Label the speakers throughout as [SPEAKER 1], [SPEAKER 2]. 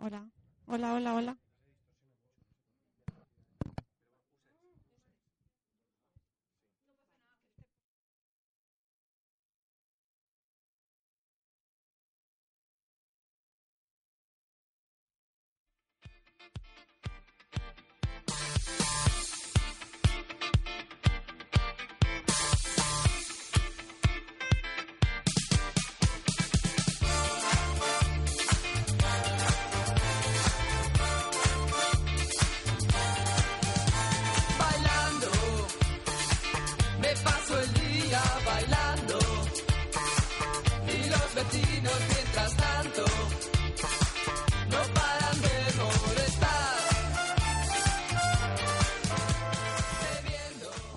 [SPEAKER 1] Hola, hola, hola, hola.
[SPEAKER 2] bailando. Me paso el día bailando. Y los vecinos, mientras tanto, no paran de molestar.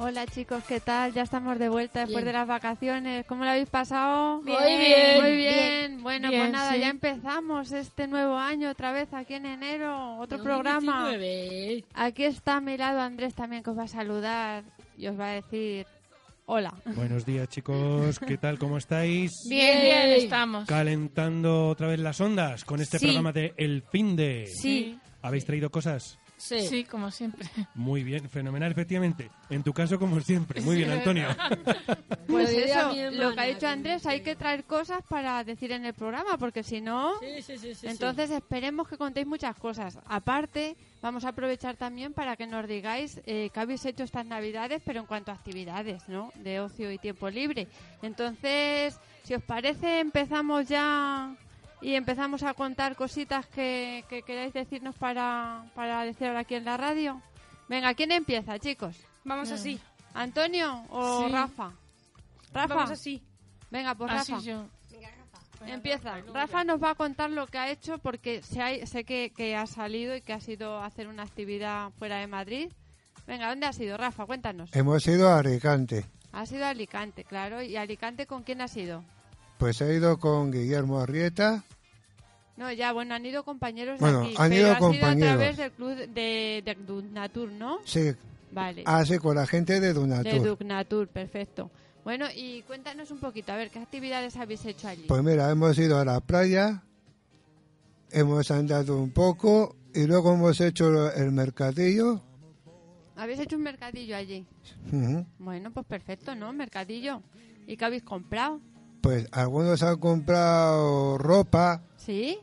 [SPEAKER 1] Hola chicos, ¿qué tal? Ya estamos de vuelta después de las vacaciones. ¿Cómo lo habéis pasado?
[SPEAKER 3] Bien. Muy bien.
[SPEAKER 1] Muy bien. Bueno, pues
[SPEAKER 3] Bien,
[SPEAKER 1] nada,
[SPEAKER 3] sí.
[SPEAKER 1] ya empezamos este nuevo año otra vez aquí en enero, otro programa.
[SPEAKER 3] 2019.
[SPEAKER 1] Aquí está a mi lado Andrés también que os va a saludar y os va a decir hola.
[SPEAKER 4] Buenos días, chicos. ¿Qué tal? ¿Cómo estáis?
[SPEAKER 5] Bien, bien,
[SPEAKER 3] Yay.
[SPEAKER 5] estamos.
[SPEAKER 4] Calentando otra vez las ondas con este
[SPEAKER 3] Sí.
[SPEAKER 4] programa de El Fin de.
[SPEAKER 3] Sí.
[SPEAKER 4] ¿Habéis traído cosas?
[SPEAKER 3] Sí.
[SPEAKER 5] Sí, como siempre.
[SPEAKER 4] Muy bien, fenomenal, efectivamente. En tu caso, como siempre. Muy bien, Antonio.
[SPEAKER 1] Pues
[SPEAKER 3] Lo diría
[SPEAKER 1] eso,
[SPEAKER 3] mi hermana,
[SPEAKER 1] lo que ha dicho
[SPEAKER 3] que-
[SPEAKER 1] Andrés, hay que traer cosas para decir en el programa, porque si no,
[SPEAKER 3] Sí, sí, sí, sí,
[SPEAKER 1] entonces esperemos que contéis muchas cosas. Aparte, vamos a aprovechar también para que nos digáis eh, qué habéis hecho estas Navidades, pero en cuanto a actividades, ¿no? De ocio y tiempo libre. Entonces, si os parece, empezamos ya y empezamos a contar cositas que, que queráis decirnos para, para decir ahora aquí en la radio. Venga, ¿quién empieza, chicos?
[SPEAKER 6] Vamos así.
[SPEAKER 1] ¿Antonio o
[SPEAKER 5] Sí.
[SPEAKER 1] Rafa? Rafa.
[SPEAKER 6] Vamos así.
[SPEAKER 1] Venga, pues
[SPEAKER 5] Así
[SPEAKER 1] Rafa,
[SPEAKER 5] yo.
[SPEAKER 1] empieza. Rafa nos va a contar lo que ha hecho porque se ha- sé que, que ha salido y que ha sido a hacer una actividad fuera de Madrid. Venga, ¿dónde has ido, Rafa? Cuéntanos.
[SPEAKER 7] Hemos ido a Alicante.
[SPEAKER 1] Ha sido a Alicante, claro. ¿Y Alicante con quién has ido?
[SPEAKER 7] Pues he ido con Guillermo Arrieta.
[SPEAKER 1] No, ya, bueno, han ido compañeros
[SPEAKER 7] Bueno,
[SPEAKER 1] de aquí.
[SPEAKER 7] han
[SPEAKER 1] pero
[SPEAKER 7] ido
[SPEAKER 1] has ido a
[SPEAKER 7] compañeros.
[SPEAKER 1] través del club de, de Dunatur, ¿no?
[SPEAKER 7] Sí,
[SPEAKER 1] Vale.
[SPEAKER 7] hace con la gente de
[SPEAKER 1] de
[SPEAKER 7] Donatur.
[SPEAKER 1] Dunatur, perfecto. Bueno, y cuéntanos un poquito, a ver, ¿qué actividades habéis hecho allí?
[SPEAKER 7] Pues mira, hemos ido a la playa, hemos andado un poco y luego hemos hecho el mercadillo.
[SPEAKER 1] ¿Habéis hecho un mercadillo allí?
[SPEAKER 7] Ujú.
[SPEAKER 1] Bueno, pues perfecto, ¿no? Mercadillo. ¿Y qué habéis comprado?
[SPEAKER 7] Pues algunos han comprado ropa
[SPEAKER 1] ¿Sí?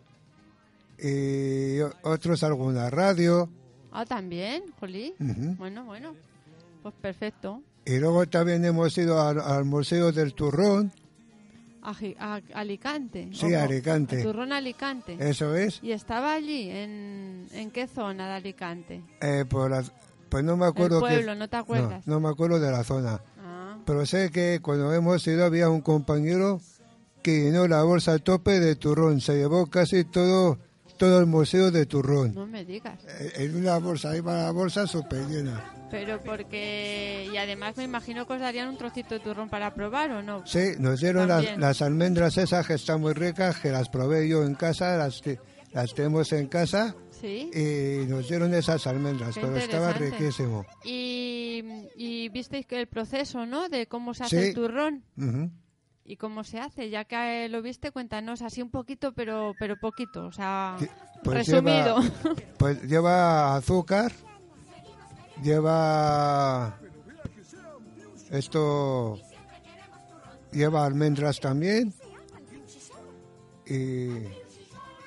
[SPEAKER 7] y o- otros alguna radio.
[SPEAKER 1] Ah, también, Jolí.
[SPEAKER 7] Ujú.
[SPEAKER 1] Bueno, bueno. Pues perfecto.
[SPEAKER 7] Y luego también hemos ido al, al Museo del Turrón.
[SPEAKER 1] A, Gi- a- Alicante.
[SPEAKER 7] Sí, Alicante.
[SPEAKER 1] a Turrón Alicante.
[SPEAKER 7] Eso es.
[SPEAKER 1] ¿Y estaba allí? ¿En, en qué zona de Alicante?
[SPEAKER 7] Eh, por la- pues no me acuerdo.
[SPEAKER 1] El
[SPEAKER 7] qué-
[SPEAKER 1] pueblo, ¿no te acuerdas?
[SPEAKER 7] No, no me acuerdo de la zona.
[SPEAKER 1] Ah,
[SPEAKER 7] Pero sé que cuando hemos ido había un compañero que llenó la bolsa a tope de turrón. Se llevó casi todo, todo el museo de turrón.
[SPEAKER 1] no me digas.
[SPEAKER 7] Eh, En una bolsa, ahí va la bolsa súper llena.
[SPEAKER 1] Pero porque... Y además me imagino que os darían un trocito de turrón para probar, ¿o no?
[SPEAKER 7] Sí, nos dieron las,
[SPEAKER 1] También.
[SPEAKER 7] las almendras esas que están muy ricas, que las probé yo en casa, las, te- las tenemos en casa.
[SPEAKER 1] ¿Sí?
[SPEAKER 7] Y nos dieron esas almendras,
[SPEAKER 1] Qué
[SPEAKER 7] pero estaba
[SPEAKER 1] interesante.
[SPEAKER 7] riquísimo.
[SPEAKER 1] Y, y visteis que el proceso, ¿no? De cómo se hace
[SPEAKER 7] Sí.
[SPEAKER 1] el turrón.
[SPEAKER 7] Ujú.
[SPEAKER 1] ¿Y cómo se hace? Ya que eh, lo viste, cuéntanos así un poquito, pero pero poquito, o sea,
[SPEAKER 7] Sí, pues
[SPEAKER 1] resumido.
[SPEAKER 7] lleva- pues lleva azúcar, lleva esto, lleva almendras también y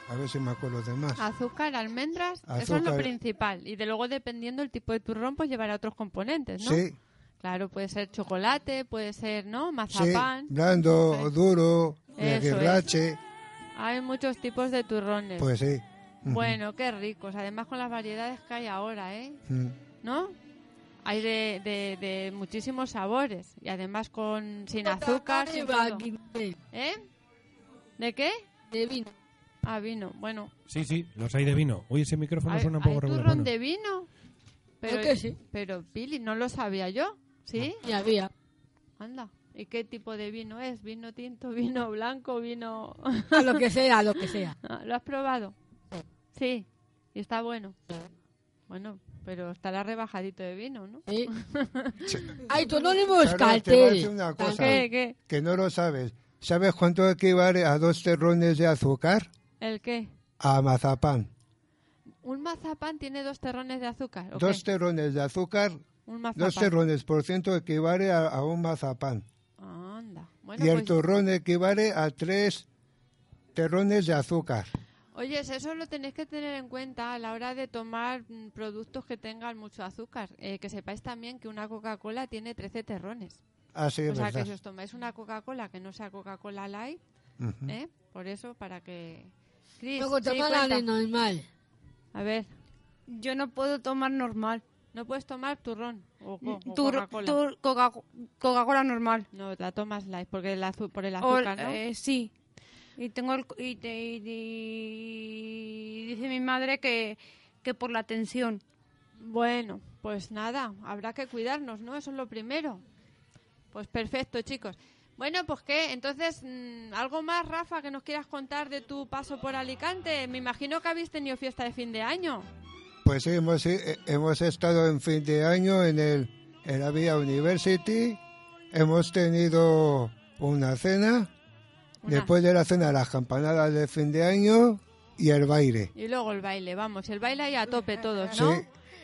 [SPEAKER 7] a ver si me acuerdo de más.
[SPEAKER 1] Azúcar, almendras, eso es lo
[SPEAKER 7] Azúcar.
[SPEAKER 1] principal. Y de luego, dependiendo el tipo de turrón, pues llevará otros componentes, ¿no?
[SPEAKER 7] Sí,
[SPEAKER 1] Claro, puede ser chocolate, puede ser, ¿no?
[SPEAKER 7] sí,
[SPEAKER 1] Mazapán.
[SPEAKER 7] blando,
[SPEAKER 1] Sí.
[SPEAKER 7] duro,
[SPEAKER 1] Eso
[SPEAKER 7] guirrache,
[SPEAKER 1] Hay muchos tipos de turrones.
[SPEAKER 7] pues sí. Ujú.
[SPEAKER 1] Bueno, qué ricos. Además, con las variedades que hay ahora, ¿eh?
[SPEAKER 7] Mm.
[SPEAKER 1] ¿No? Hay de, de- de muchísimos sabores. Y además, con sin azúcar, sin todo. ¿Eh? ¿De qué?
[SPEAKER 3] De vino.
[SPEAKER 1] Ah, vino. Bueno,
[SPEAKER 4] Sí, sí, los hay de vino. Oye, ese micrófono
[SPEAKER 1] ¿Hay,
[SPEAKER 4] suena un poco
[SPEAKER 1] hay
[SPEAKER 4] regular.
[SPEAKER 1] turrón
[SPEAKER 4] Bueno,
[SPEAKER 1] de vino? Pero,
[SPEAKER 3] Creo que sí.
[SPEAKER 1] pero, Pili, no lo sabía yo. ¿Sí?
[SPEAKER 3] Y había.
[SPEAKER 1] Anda. ¿Y qué tipo de vino es? ¿Vino tinto, vino blanco, vino...?
[SPEAKER 3] A lo que sea, a lo que sea.
[SPEAKER 1] Ah, ¿Lo has probado? Sí. ¿Y está bueno? Bueno, pero estará rebajadito de vino, ¿no?
[SPEAKER 3] ¿eh? Ay,
[SPEAKER 1] este
[SPEAKER 3] tú no le buscas,
[SPEAKER 7] Claro, te voy a
[SPEAKER 3] te.
[SPEAKER 7] decir una cosa.
[SPEAKER 1] ¿Qué? ¿Qué?
[SPEAKER 7] Que no lo sabes. ¿Sabes cuánto equivale a dos terrones de azúcar?
[SPEAKER 1] ¿El qué?
[SPEAKER 7] A mazapán.
[SPEAKER 1] Un mazapán tiene dos terrones de azúcar. ¿o
[SPEAKER 7] Dos
[SPEAKER 1] qué?
[SPEAKER 7] terrones de azúcar,
[SPEAKER 1] Un mazapán.
[SPEAKER 7] dos terrones por ciento equivale a, a un mazapán.
[SPEAKER 1] Anda. Bueno,
[SPEAKER 7] Y el
[SPEAKER 1] pues-
[SPEAKER 7] turrón equivale a tres terrones de azúcar.
[SPEAKER 1] Oye, eso lo tenéis que tener en cuenta a la hora de tomar mm, productos que tengan mucho azúcar. Eh, que sepáis también que una Coca-Cola tiene 13 terrones.
[SPEAKER 7] Así
[SPEAKER 1] o
[SPEAKER 7] Ah, es
[SPEAKER 1] sea,
[SPEAKER 7] verdad.
[SPEAKER 1] que si os tomáis una Coca-Cola que no sea Coca-Cola Light,
[SPEAKER 7] Ujú.
[SPEAKER 1] ¿eh? Por eso, para que... Cris,
[SPEAKER 3] Luego
[SPEAKER 1] sí,
[SPEAKER 3] toma la
[SPEAKER 1] cuenta.
[SPEAKER 3] de normal.
[SPEAKER 1] A ver,
[SPEAKER 5] Yo no puedo tomar normal.
[SPEAKER 1] no puedes tomar turrón o, co- o
[SPEAKER 5] Tur-
[SPEAKER 1] Coca-Cola.
[SPEAKER 5] tur- Coca- Coca-Cola normal.
[SPEAKER 1] No, la tomas light porque el azu- por el
[SPEAKER 5] O,
[SPEAKER 1] azúcar, ¿no?
[SPEAKER 5] eh, sí. Y tengo el- y, te- y- y- dice mi madre que, que por la tensión.
[SPEAKER 1] Bueno, pues nada, habrá que cuidarnos, ¿no? Eso es lo primero. Pues perfecto, chicos. Bueno, pues qué, entonces, mm, ¿algo más, Rafa, que nos quieras contar de tu paso por Alicante? Me imagino que habéis tenido fiesta de fin de año.
[SPEAKER 7] Pues sí, hemos, eh, hemos estado en fin de año en, el, en la Vía University, hemos tenido una cena,
[SPEAKER 1] Una.
[SPEAKER 7] después de la cena las campanadas de fin de año y el baile.
[SPEAKER 1] Y luego el baile, vamos, el baile ahí a tope todos, ¿no?
[SPEAKER 7] Sí.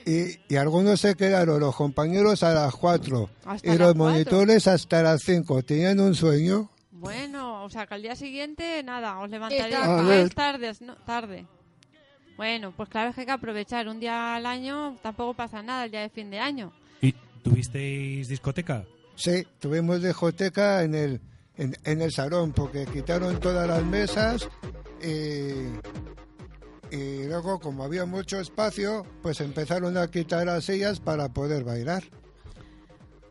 [SPEAKER 7] Y, y algunos se quedaron, los compañeros a las 4
[SPEAKER 1] Hasta
[SPEAKER 7] y los
[SPEAKER 1] las cuatro.
[SPEAKER 7] monitores hasta las 5. Tenían un sueño.
[SPEAKER 1] Bueno, o sea, que al día siguiente, nada, os levantaréis
[SPEAKER 3] A
[SPEAKER 1] más
[SPEAKER 7] ver.
[SPEAKER 1] tardes, ¿no? Tarde. Bueno, pues claro es que hay que aprovechar. Un día al año tampoco pasa nada el día de fin de año.
[SPEAKER 4] ¿Y tuvisteis discoteca?
[SPEAKER 7] Sí, tuvimos discoteca en el, en, en el salón porque quitaron todas las mesas y, y luego como había mucho espacio, pues empezaron a quitar las sillas para poder bailar.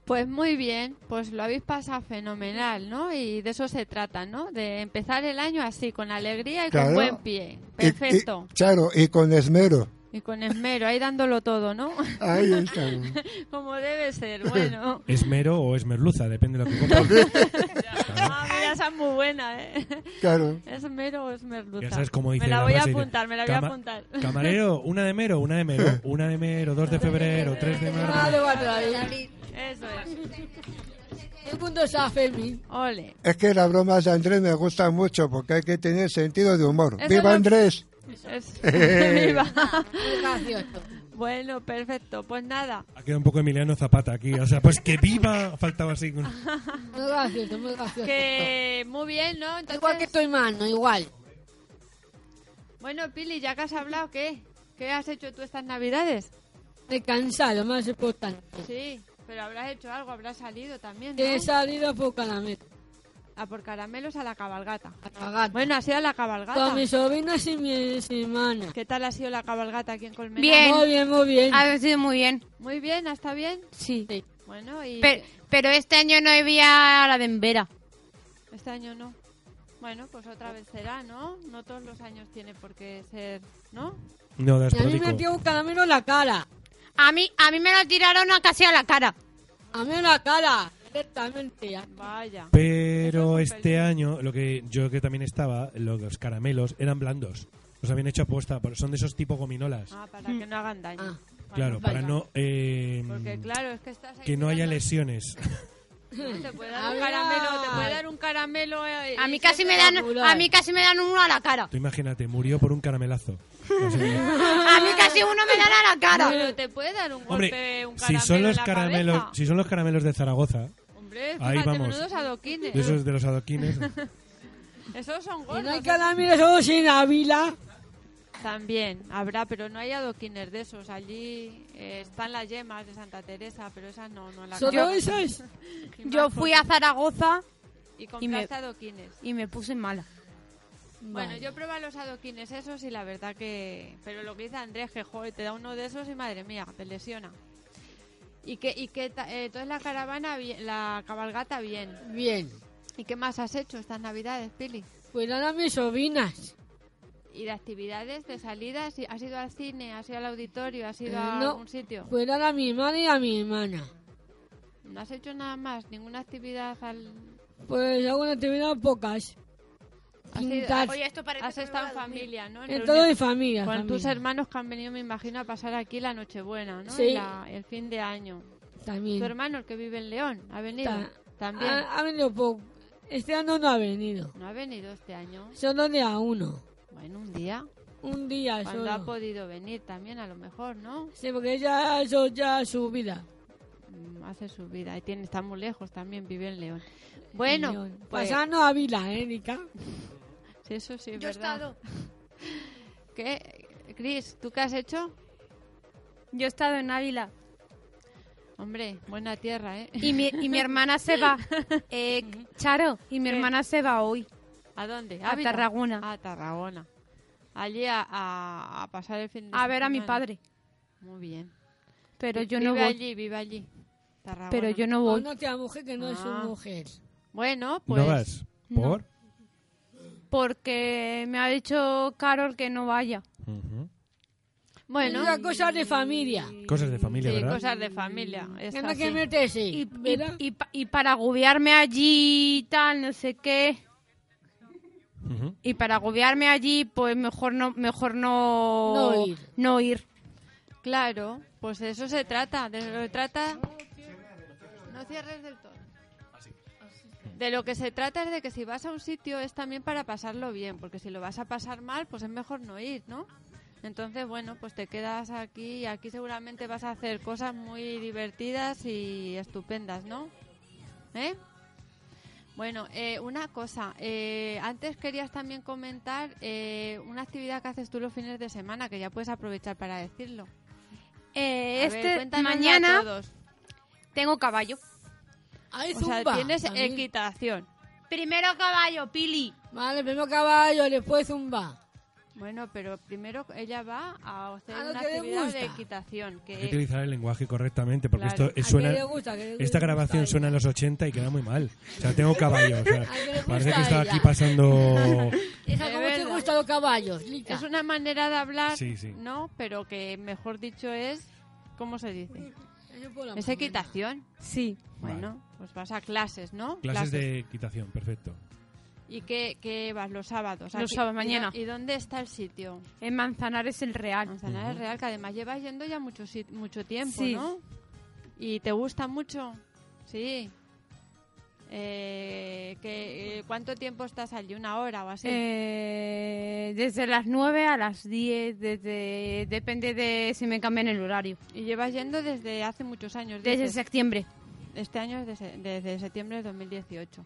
[SPEAKER 1] Pues muy bien, pues lo habéis pasado fenomenal, ¿no? Y de eso se trata, ¿no? De empezar el año así, con alegría y
[SPEAKER 7] Claro.
[SPEAKER 1] con buen pie.
[SPEAKER 7] Y- y-
[SPEAKER 1] Perfecto.
[SPEAKER 7] claro, y con esmero.
[SPEAKER 1] Y, con esmero, ahí dándolo todo, ¿no?
[SPEAKER 7] Ahí está.
[SPEAKER 1] Como debe ser, bueno.
[SPEAKER 4] Esmero o esmerluza, depende de lo que compres.
[SPEAKER 1] Ah, mira, esa es muy buena, ¿eh?
[SPEAKER 7] Claro.
[SPEAKER 1] Esmero o esmerluza.
[SPEAKER 4] ya sabes cómo dice
[SPEAKER 1] Me la
[SPEAKER 4] la
[SPEAKER 1] voy a
[SPEAKER 4] frase, dice,
[SPEAKER 1] apuntar, me la voy a
[SPEAKER 4] "Cama-
[SPEAKER 1] apuntar.
[SPEAKER 4] Camarero, una de mero, una de mero, una de mero, dos de febrero, tres de marzo.
[SPEAKER 3] Vale, vale, vale.
[SPEAKER 1] Eso es.
[SPEAKER 3] El mundo está Fermín.
[SPEAKER 1] Ole.
[SPEAKER 7] Es que las bromas de Andrés me gustan mucho porque hay que tener sentido de humor.
[SPEAKER 1] Eso
[SPEAKER 7] ¡Viva
[SPEAKER 1] no-
[SPEAKER 7] Andrés!
[SPEAKER 1] Es- Viva.
[SPEAKER 3] Muy gracioso.
[SPEAKER 1] Bueno, perfecto. Pues nada.
[SPEAKER 4] Ha quedado un poco Emiliano Zapata aquí. O sea, pues que viva. Faltaba así. un-
[SPEAKER 1] Ah.
[SPEAKER 3] Muy gracioso, muy gracioso.
[SPEAKER 1] Que muy bien, ¿no? Entonces,
[SPEAKER 3] Igual que tu hermano, igual.
[SPEAKER 1] Bueno, Pili, ya que has hablado, ¿qué? ¿Qué has hecho tú estas navidades?
[SPEAKER 3] De cansado, más importante.
[SPEAKER 1] Sí, pero habrás hecho algo, habrás salido también, ¿no?
[SPEAKER 3] He salido por Calameta.
[SPEAKER 1] A por caramelos a la cabalgata.
[SPEAKER 3] a cagar.
[SPEAKER 1] Bueno, ha sido la
[SPEAKER 3] Con
[SPEAKER 1] cabalgata.
[SPEAKER 3] mis sobrinas y mi semana.
[SPEAKER 1] ¿Qué tal ha sido la cabalgata aquí en Colmenar?
[SPEAKER 5] Bien.
[SPEAKER 3] Muy bien, muy bien.
[SPEAKER 5] Ha sido muy bien.
[SPEAKER 1] Muy bien, ¿hasta bien?
[SPEAKER 5] Sí.
[SPEAKER 3] Sí.
[SPEAKER 1] Bueno, y
[SPEAKER 5] Pero, pero este año no había la dembera.
[SPEAKER 1] este año no. Bueno, pues otra vez será, ¿no? No todos los años tiene por qué ser, ¿no?
[SPEAKER 4] No, das
[SPEAKER 3] Y a mí me
[SPEAKER 4] pródigo.
[SPEAKER 3] tiró un caramelo en la cara.
[SPEAKER 5] A mí, a mí me lo tiraron a casi a la cara.
[SPEAKER 3] A mí en la cara. Directamente. a-
[SPEAKER 1] Vaya.
[SPEAKER 4] Pero este año, lo que yo que también estaba, lo- los caramelos eran blandos. Los habían hecho aposta. porque Son de esos tipo gominolas.
[SPEAKER 1] Ah, para
[SPEAKER 5] Mm.
[SPEAKER 1] que no hagan daño.
[SPEAKER 3] Ah.
[SPEAKER 1] Bueno,
[SPEAKER 4] claro, para
[SPEAKER 1] vaya.
[SPEAKER 4] no. eh,
[SPEAKER 1] Porque claro, es que estás ahí
[SPEAKER 4] que no haya
[SPEAKER 1] mirando-
[SPEAKER 4] lesiones.
[SPEAKER 1] No, Te puede dar un
[SPEAKER 3] Habla.
[SPEAKER 1] caramelo, te puede dar un caramelo. eh,
[SPEAKER 5] Ah, A
[SPEAKER 1] y
[SPEAKER 5] mí casi me
[SPEAKER 1] siempre-
[SPEAKER 5] dan,
[SPEAKER 3] popular.
[SPEAKER 5] a mí casi me dan uno a la cara.
[SPEAKER 4] Tú imagínate, murió por un caramelazo. O sea,
[SPEAKER 5] A mí casi uno me dan a la cara.
[SPEAKER 1] Pero te puede dar un golpe,
[SPEAKER 4] hombre,
[SPEAKER 1] un
[SPEAKER 4] si
[SPEAKER 1] caramelo.
[SPEAKER 4] son los
[SPEAKER 1] en la
[SPEAKER 4] caramelos,
[SPEAKER 1] cabeza.
[SPEAKER 4] si son los caramelos de Zaragoza,
[SPEAKER 1] Hombre,
[SPEAKER 4] Ahí
[SPEAKER 1] fíjate,
[SPEAKER 4] vamos.
[SPEAKER 1] menudos adoquines.
[SPEAKER 4] de
[SPEAKER 1] Esos,
[SPEAKER 4] esos de los adoquines,
[SPEAKER 1] son
[SPEAKER 3] Y no hay
[SPEAKER 1] gordos.
[SPEAKER 3] caramelo solo sin Ávila.
[SPEAKER 1] También habrá, pero no hay adoquines de esos. Allí eh, están las yemas de Santa Teresa, pero esas no, no las
[SPEAKER 3] Solo eso es.
[SPEAKER 5] Yo fui a Zaragoza
[SPEAKER 1] Y
[SPEAKER 5] y me-
[SPEAKER 1] compraste adoquines.
[SPEAKER 5] y me puse mala.
[SPEAKER 1] Bueno, yo probé los adoquines esos y la verdad que... Pero lo que dice Andrés, que joder, te da uno de esos y madre mía, te lesiona. Y que, y que ta- eh, entonces la caravana, bi- la cabalgata bien.
[SPEAKER 3] Bien.
[SPEAKER 1] ¿Y qué más has hecho estas navidades, Pili?
[SPEAKER 3] Cuidar a mis sobrinas.
[SPEAKER 1] ¿Y de actividades, de salidas? ¿Has ido al cine? ¿Has ido al auditorio? ¿Has ido a
[SPEAKER 3] Eh, No. Pues-
[SPEAKER 1] algún sitio?
[SPEAKER 3] Cuidar a mi madre y a mi hermana.
[SPEAKER 1] ¿No has hecho nada más? ¿Ninguna actividad al...?
[SPEAKER 3] Pues alguna actividad pocas.
[SPEAKER 1] Has, ido-
[SPEAKER 3] Pintar.
[SPEAKER 5] Oye, esto parece
[SPEAKER 1] has estado en familia, ¿no? En
[SPEAKER 3] En
[SPEAKER 1] reunión.
[SPEAKER 3] todo mi familia.
[SPEAKER 1] Con
[SPEAKER 3] familia.
[SPEAKER 1] tus hermanos que han venido, me imagino, a pasar aquí la Nochebuena, ¿no?
[SPEAKER 3] Sí.
[SPEAKER 1] La- el fin de año.
[SPEAKER 3] También.
[SPEAKER 1] Tu hermano, el que vive en León, ha venido.
[SPEAKER 3] Ta-
[SPEAKER 1] También.
[SPEAKER 3] Ha, ha venido poco. Este año no ha venido.
[SPEAKER 1] No ha venido este año.
[SPEAKER 3] Solo de a uno.
[SPEAKER 1] Bueno, un día.
[SPEAKER 3] un día
[SPEAKER 1] Cuando ha
[SPEAKER 3] solo.
[SPEAKER 1] podido venir también, a lo mejor, ¿no?
[SPEAKER 3] Sí, porque ella eso ya su vida.
[SPEAKER 1] Mm, Hace su vida. Y tiene, está muy lejos también, vive en León. Bueno,
[SPEAKER 3] León.
[SPEAKER 1] pues...
[SPEAKER 3] pasando a Vila, ¿eh, Nica?
[SPEAKER 1] Sí, eso sí, es
[SPEAKER 5] Yo he
[SPEAKER 1] verdad.
[SPEAKER 5] estado.
[SPEAKER 1] ¿Qué? Cris, ¿tú qué has hecho?
[SPEAKER 5] Yo he estado en Ávila.
[SPEAKER 1] Hombre, buena tierra, ¿eh?
[SPEAKER 5] Y mi, y mi hermana se va. Eh, Charo, y mi
[SPEAKER 1] ¿Qué?
[SPEAKER 5] hermana se va hoy.
[SPEAKER 1] ¿A dónde?
[SPEAKER 5] A
[SPEAKER 1] Ávila.
[SPEAKER 5] Tarragona.
[SPEAKER 1] A Tarragona. Allí a, a- a pasar el fin de
[SPEAKER 5] A ver a mi
[SPEAKER 1] semana.
[SPEAKER 5] padre.
[SPEAKER 1] Muy bien.
[SPEAKER 5] Pero
[SPEAKER 1] Vi-
[SPEAKER 5] yo no
[SPEAKER 1] vive
[SPEAKER 5] voy.
[SPEAKER 1] allí, vive allí. Tarragona.
[SPEAKER 5] Pero yo no
[SPEAKER 3] O
[SPEAKER 5] voy.
[SPEAKER 3] no te la mujer que no es su
[SPEAKER 1] Ah.
[SPEAKER 3] mujer.
[SPEAKER 1] Bueno, pues...
[SPEAKER 4] no vas.
[SPEAKER 5] no.
[SPEAKER 4] ¿Por?
[SPEAKER 5] Porque me ha dicho Carol que no vaya.
[SPEAKER 4] Ujú.
[SPEAKER 1] Bueno,
[SPEAKER 3] Es una cosa de familia.
[SPEAKER 4] Cosas de familia,
[SPEAKER 1] sí,
[SPEAKER 4] ¿verdad?
[SPEAKER 1] cosas de familia. es
[SPEAKER 3] Que no hay
[SPEAKER 1] así.
[SPEAKER 3] que meterse.
[SPEAKER 5] Y, y-
[SPEAKER 3] ¿verdad?
[SPEAKER 5] y pa- y para agobiarme allí y tal, no sé qué.
[SPEAKER 4] Ujú.
[SPEAKER 5] Y para agobiarme allí, pues mejor no, mejor no,
[SPEAKER 3] No ir.
[SPEAKER 5] no ir.
[SPEAKER 1] Claro, pues de eso se trata. De lo que trata. No cierres del todo.
[SPEAKER 8] Mm.
[SPEAKER 1] De lo que se trata es de que si vas a un sitio es también para pasarlo bien, porque si lo vas a pasar mal, pues es mejor no ir, ¿no? Entonces, bueno, pues te quedas aquí y aquí seguramente vas a hacer cosas muy divertidas y estupendas, ¿no? ¿Eh? Bueno, eh, una cosa, eh, antes querías también comentar eh, una actividad que haces tú los fines de semana, que ya puedes aprovechar para decirlo.
[SPEAKER 5] Eh,
[SPEAKER 1] A ver,
[SPEAKER 5] este
[SPEAKER 1] cuéntanosla a
[SPEAKER 5] mañana
[SPEAKER 1] todos.
[SPEAKER 5] tengo caballo.
[SPEAKER 3] Hay
[SPEAKER 1] O
[SPEAKER 3] Ah,
[SPEAKER 1] sea,
[SPEAKER 3] zumba.
[SPEAKER 1] tienes
[SPEAKER 3] también.
[SPEAKER 1] equitación.
[SPEAKER 5] Primero caballo, Pili.
[SPEAKER 3] Vale, primero caballo, después zumba.
[SPEAKER 1] Bueno, pero primero ella va a hacer
[SPEAKER 3] A lo
[SPEAKER 1] una
[SPEAKER 3] que le
[SPEAKER 1] actividad de
[SPEAKER 3] gusta.
[SPEAKER 1] equitación.
[SPEAKER 4] Hay que
[SPEAKER 1] Que,
[SPEAKER 4] utilizar el lenguaje correctamente porque
[SPEAKER 1] Claro.
[SPEAKER 4] esto es-
[SPEAKER 3] ¿A
[SPEAKER 4] suena...
[SPEAKER 3] que le gusta, ¿A que le gusta
[SPEAKER 4] Esta
[SPEAKER 3] a
[SPEAKER 4] grabación
[SPEAKER 3] ella?
[SPEAKER 4] suena en los 80 y queda muy mal. O sea, tengo caballo. o sea,
[SPEAKER 3] que le gusta
[SPEAKER 4] parece que
[SPEAKER 3] a
[SPEAKER 4] estaba
[SPEAKER 3] ella.
[SPEAKER 4] aquí pasando...
[SPEAKER 3] Esa,
[SPEAKER 1] De
[SPEAKER 3] ¿Cómo te
[SPEAKER 1] verdad.
[SPEAKER 3] gustan los caballos, Lica?
[SPEAKER 1] es una manera de hablar,
[SPEAKER 4] Sí, sí.
[SPEAKER 1] ¿no? Pero que mejor dicho es, ¿cómo se dice?
[SPEAKER 3] Eso por la
[SPEAKER 1] Es
[SPEAKER 3] mañana.
[SPEAKER 1] equitación.
[SPEAKER 5] Sí.
[SPEAKER 4] Vale.
[SPEAKER 1] Bueno, pues vas a clases, ¿no?
[SPEAKER 4] Clases de equitación, perfecto.
[SPEAKER 1] ¿Y qué, qué vas los sábados?
[SPEAKER 5] Los
[SPEAKER 1] Aquí-
[SPEAKER 5] sábados,
[SPEAKER 1] ¿y
[SPEAKER 5] mañana.
[SPEAKER 1] dó- ¿Y dónde está el sitio?
[SPEAKER 5] En Manzanares el Real.
[SPEAKER 1] Manzanares
[SPEAKER 4] Ujú.
[SPEAKER 1] Real, que además llevas yendo ya mucho, sit- mucho tiempo,
[SPEAKER 5] Sí.
[SPEAKER 1] ¿no? ¿Y te gusta mucho? Sí. Eh, que, eh, ¿Cuánto tiempo estás allí? ¿Una hora o así?
[SPEAKER 5] Eh, desde las 9 a las 10, desde, depende de si me cambian el horario.
[SPEAKER 1] y llevas yendo desde hace muchos años.
[SPEAKER 5] Desde
[SPEAKER 1] dices.
[SPEAKER 5] septiembre.
[SPEAKER 1] Este año es de se- desde septiembre de 2018.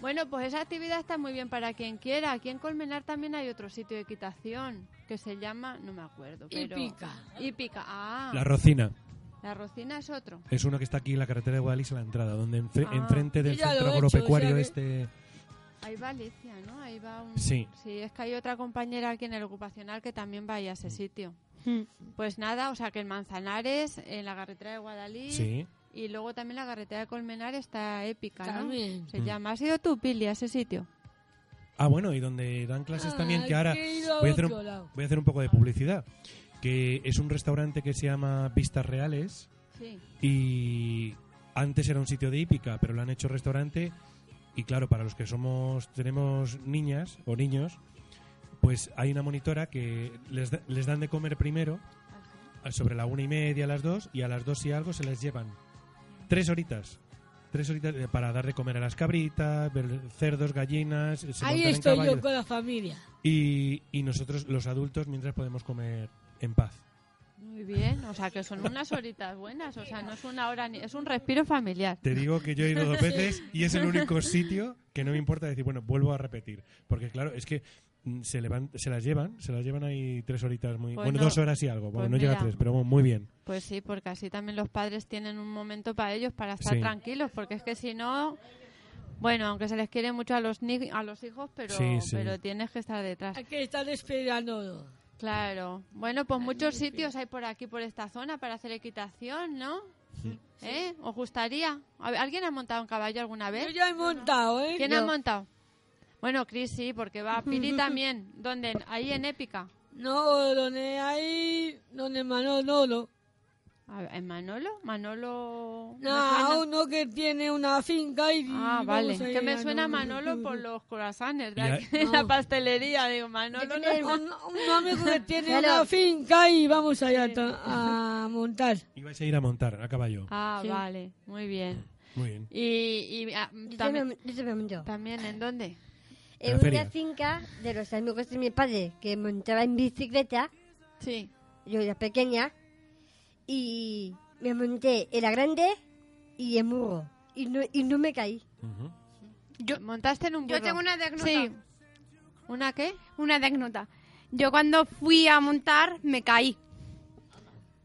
[SPEAKER 1] Bueno, pues esa actividad está muy bien para quien quiera. Aquí en Colmenar también hay otro sitio de equitación que se llama, no me acuerdo, pero...
[SPEAKER 3] Hípica.
[SPEAKER 1] Hípica, ah.
[SPEAKER 4] La Rocina
[SPEAKER 1] La Rocina es otro.
[SPEAKER 4] es uno que está aquí en la carretera de Guadalix a la entrada, donde enfre-
[SPEAKER 1] Ah.
[SPEAKER 4] enfrente del
[SPEAKER 3] Ya lo
[SPEAKER 4] centro
[SPEAKER 3] he hecho,
[SPEAKER 4] agropecuario
[SPEAKER 3] o sea que-
[SPEAKER 4] este...
[SPEAKER 1] Ahí va Alicia, ¿no? Ahí va un...
[SPEAKER 4] Sí.
[SPEAKER 1] es que hay otra compañera aquí en el ocupacional que también va a ir a ese sitio.
[SPEAKER 5] Mm.
[SPEAKER 1] Pues nada, o sea que en Manzanares, en la carretera de Guadalí
[SPEAKER 4] Sí.
[SPEAKER 1] y luego también la carretera de Colmenar está épica, ¿no?
[SPEAKER 3] También.
[SPEAKER 1] Se
[SPEAKER 4] Mm.
[SPEAKER 1] llama. ¿Has ido tú, Pili, a ese sitio?
[SPEAKER 4] Ah, bueno, y donde dan clases también, que ahora voy
[SPEAKER 3] voy
[SPEAKER 4] a hacer un- voy a hacer un poco de publicidad. Que es un restaurante que se llama Vistas Reales.
[SPEAKER 1] Sí.
[SPEAKER 4] y antes era un sitio de hípica, pero lo han hecho restaurante y claro, para los que somos tenemos niñas o niños, pues hay una monitora que les, da- les dan de comer primero a- sobre la una y media, a las dos y a las dos y algo se les llevan tres horitas. Tres horitas eh, para dar de comer a las cabritas, ver cerdos, gallinas, se montan
[SPEAKER 3] Ahí
[SPEAKER 4] en
[SPEAKER 3] estoy
[SPEAKER 4] caballos.
[SPEAKER 3] yo con la familia.
[SPEAKER 4] y, y nosotros los adultos mientras podemos comer en paz.
[SPEAKER 1] Muy bien, o sea que son unas horitas buenas, o sea, no es una hora ni... Es un respiro familiar.
[SPEAKER 4] Te digo que yo he ido dos veces y es el único sitio que no me importa decir, bueno, vuelvo a repetir. Porque claro, es que mm, se, levan- se las llevan, se las llevan ahí tres horitas muy...
[SPEAKER 1] Pues
[SPEAKER 4] bueno,
[SPEAKER 1] no.
[SPEAKER 4] dos horas y algo, bueno,
[SPEAKER 1] Pues
[SPEAKER 4] no llega a
[SPEAKER 1] mira.
[SPEAKER 4] tres, pero muy bien.
[SPEAKER 1] Pues sí, porque así también los padres tienen un momento para ellos, para estar
[SPEAKER 4] Sí.
[SPEAKER 1] tranquilos, porque es que si no, bueno, aunque se les quiere mucho a los ni- a los hijos, pero,
[SPEAKER 4] Sí, sí.
[SPEAKER 1] pero tienes que estar detrás.
[SPEAKER 3] Hay que estar esperando.
[SPEAKER 1] Claro. Bueno, pues muchos sitios hay por aquí, por esta zona, para hacer equitación, ¿no? ¿Eh? ¿Os gustaría? A ver, ¿Alguien ha montado un caballo alguna
[SPEAKER 3] Yo
[SPEAKER 1] vez?
[SPEAKER 3] ya he montado, ¿eh?
[SPEAKER 1] ¿Quién
[SPEAKER 3] Yo.
[SPEAKER 1] ha montado? Bueno, Cris sí, porque va. Pili también. ¿Dónde? Ahí en Épica.
[SPEAKER 3] No, donde hay... Donde Manolo.
[SPEAKER 1] A ver, ¿En Manolo? Manolo...
[SPEAKER 3] No,
[SPEAKER 1] ¿me suena?
[SPEAKER 3] a uno que tiene una finca y...
[SPEAKER 1] Ah,
[SPEAKER 3] y
[SPEAKER 1] vale.
[SPEAKER 3] vamos a
[SPEAKER 1] Que
[SPEAKER 3] ir
[SPEAKER 1] me
[SPEAKER 3] a-
[SPEAKER 1] suena Manolo por los corazones de
[SPEAKER 4] Ya-
[SPEAKER 1] aquí, en la
[SPEAKER 3] No.
[SPEAKER 1] pastelería. Digo, Manolo
[SPEAKER 3] Yo
[SPEAKER 1] no es
[SPEAKER 3] tengo Un, un amigo que tiene
[SPEAKER 1] Claro.
[SPEAKER 3] una finca y vamos allá a to- a montar.
[SPEAKER 4] Ibais a ir a montar, a caballo.
[SPEAKER 1] Ah, vale. Muy bien.
[SPEAKER 4] Muy bien.
[SPEAKER 1] Y, y, ah, también,
[SPEAKER 6] Yo también, yo también yo.
[SPEAKER 1] también, ¿en dónde?
[SPEAKER 4] la
[SPEAKER 3] Eh,
[SPEAKER 6] en una
[SPEAKER 4] feria.
[SPEAKER 6] finca de los amigos de mi padre que montaba en bicicleta.
[SPEAKER 1] Sí.
[SPEAKER 6] Yo era pequeña y me monté en la grande y en murro. Y no, y no me caí.
[SPEAKER 4] Ujú.
[SPEAKER 1] ¿Montaste en un burro?
[SPEAKER 5] Yo tengo una anécdota.
[SPEAKER 1] Sí. ¿Una qué?
[SPEAKER 5] Una anécdota. Yo cuando fui a montar me caí.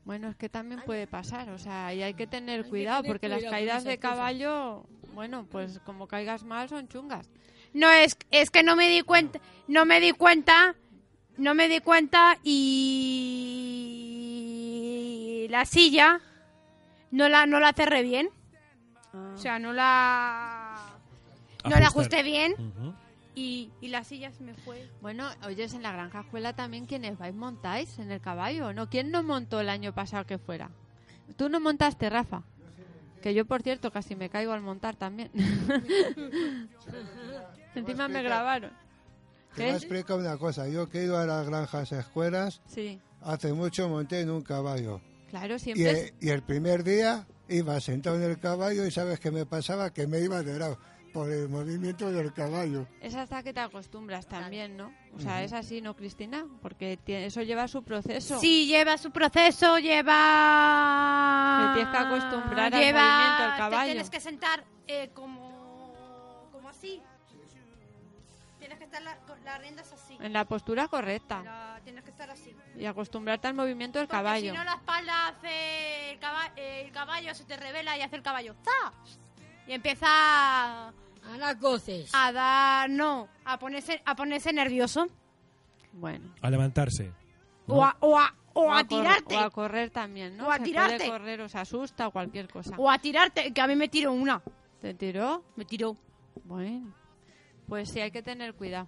[SPEAKER 1] Bueno, es que también puede pasar, o sea, y hay que tener cuidado
[SPEAKER 3] tener
[SPEAKER 1] porque
[SPEAKER 3] cuidado
[SPEAKER 1] las
[SPEAKER 3] con
[SPEAKER 1] caídas
[SPEAKER 3] esas
[SPEAKER 1] de
[SPEAKER 3] cosas.
[SPEAKER 1] caballo, bueno, pues como caigas mal son chungas.
[SPEAKER 5] No es es que no me di cuenta, no me di cuenta, no me di cuenta y la silla no la no la cerré bien.
[SPEAKER 1] Ah.
[SPEAKER 5] O sea, no la no
[SPEAKER 4] Ajustar.
[SPEAKER 5] la ajusté bien
[SPEAKER 4] Ujú.
[SPEAKER 5] y, y la silla se me fue.
[SPEAKER 1] Bueno, oyes, en la granja escuela también quienes vais montáis en el caballo, ¿no? ¿Quién no montó el año pasado que fuera? Tú no montaste, Rafa. Que yo, por cierto, casi me caigo al montar también. Encima me grabaron.
[SPEAKER 7] Te voy a
[SPEAKER 1] ¿Qué?
[SPEAKER 7] explicar una cosa. Yo que he ido a las granjas escuelas,
[SPEAKER 1] Sí,
[SPEAKER 7] hace mucho monté en un caballo.
[SPEAKER 1] claro,
[SPEAKER 7] Y, eh,
[SPEAKER 1] siempre. es-
[SPEAKER 7] el- y el primer día iba sentado en el caballo y sabes qué me pasaba, que me iba de lado por el movimiento del caballo.
[SPEAKER 1] Es hasta que te acostumbras también, ¿no? O sea, es así, ¿no, Cristina? Porque tie- eso lleva su proceso.
[SPEAKER 5] Sí, lleva su proceso, lleva.
[SPEAKER 1] Te tienes que acostumbrar al movimiento del caballo.
[SPEAKER 5] Te tienes que sentar eh, como, como así. Tienes que estar la- con las riendas así.
[SPEAKER 1] En la postura correcta
[SPEAKER 5] La- tienes que estar así.
[SPEAKER 1] y acostumbrarte al movimiento del
[SPEAKER 5] Porque
[SPEAKER 1] caballo.
[SPEAKER 5] Si no, la espalda hace. El caballo, el caballo se te revela y hace el caballo. ¡za! Y empieza a-
[SPEAKER 3] A las goces.
[SPEAKER 5] a dar. No, a ponerse, a ponerse nervioso.
[SPEAKER 1] Bueno.
[SPEAKER 4] A levantarse. ¿no?
[SPEAKER 5] O, a, o, a, o a
[SPEAKER 1] cor-
[SPEAKER 5] tirarte.
[SPEAKER 1] O a correr también, ¿no?
[SPEAKER 5] O a
[SPEAKER 1] Se
[SPEAKER 5] tirarte.
[SPEAKER 1] puede correr o se asusta o cualquier cosa.
[SPEAKER 5] o a tirarte. Que a mí me tiro una.
[SPEAKER 1] ¿Te tiró?
[SPEAKER 5] Me tiró.
[SPEAKER 1] Bueno. Pues sí, hay que tener cuidado.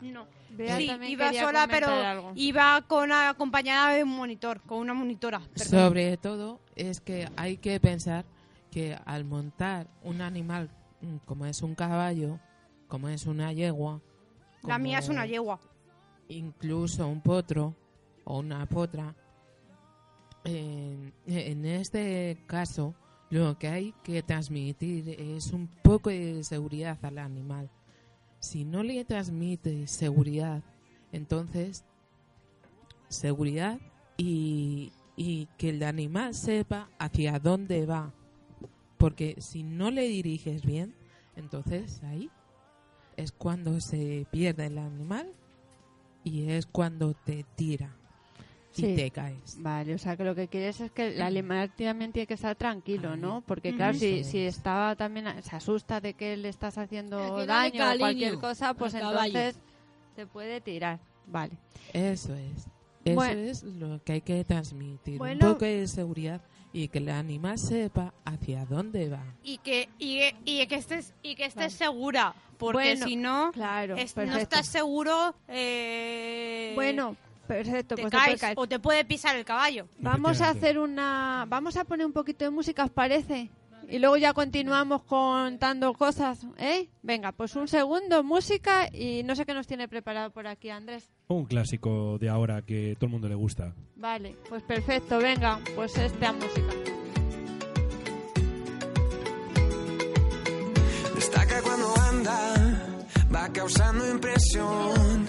[SPEAKER 5] No.
[SPEAKER 1] Bea
[SPEAKER 5] sí,
[SPEAKER 1] también
[SPEAKER 5] iba
[SPEAKER 1] quería
[SPEAKER 5] sola, pero
[SPEAKER 1] comentar algo.
[SPEAKER 5] iba con acompañada de un monitor, con una monitora. perdón.
[SPEAKER 8] Sobre todo es que hay que pensar que al montar un animal mm, como es un caballo, como es una yegua,
[SPEAKER 5] La mía es
[SPEAKER 8] como
[SPEAKER 5] una yegua.
[SPEAKER 8] Incluso un potro o una potra. En, en este caso, lo que hay que transmitir es un poco de seguridad al animal. Si no le transmite seguridad, entonces seguridad y, y que el animal sepa hacia dónde va. Porque si no le diriges bien, entonces ahí es cuando se pierde el animal y es cuando te tira y
[SPEAKER 1] Sí.
[SPEAKER 8] te caes.
[SPEAKER 1] Vale, o sea que lo que quieres es que el animal también tiene que estar tranquilo, ¿no? Porque claro,
[SPEAKER 8] Ujú.
[SPEAKER 1] si,
[SPEAKER 8] Eso
[SPEAKER 1] si
[SPEAKER 8] es.
[SPEAKER 1] está también, se asusta de que le estás haciendo
[SPEAKER 3] Hay que darle
[SPEAKER 1] daño o cualquier
[SPEAKER 3] cariño
[SPEAKER 1] cosa, pues
[SPEAKER 3] al caballo.
[SPEAKER 1] entonces se puede tirar. Vale.
[SPEAKER 8] Eso es. Eso
[SPEAKER 1] Bueno.
[SPEAKER 8] es lo que hay que transmitir.
[SPEAKER 1] Bueno.
[SPEAKER 8] Un poco de seguridad y que el animal sepa hacia dónde va.
[SPEAKER 5] Y que, y, y que estés, y que estés segura, porque
[SPEAKER 1] Bueno,
[SPEAKER 5] si no,
[SPEAKER 1] Claro,
[SPEAKER 5] es- no
[SPEAKER 1] perfecto.
[SPEAKER 5] estás seguro, eh,
[SPEAKER 1] Bueno, perfecto.
[SPEAKER 5] te
[SPEAKER 1] pues se puede
[SPEAKER 5] caes
[SPEAKER 1] caer.
[SPEAKER 5] o te puede pisar el caballo.
[SPEAKER 1] Vamos a
[SPEAKER 4] Efectivamente.
[SPEAKER 1] hacer una. Vamos a poner un poquito de música, ¿os parece? Y luego ya continuamos contando cosas, ¿eh? Venga, pues un segundo, música y no sé qué nos tiene preparado por aquí Andrés.
[SPEAKER 4] Un clásico de ahora que todo el mundo le gusta.
[SPEAKER 1] Vale, pues perfecto, venga, pues esta música.
[SPEAKER 2] Destaca cuando anda, va causando impresión.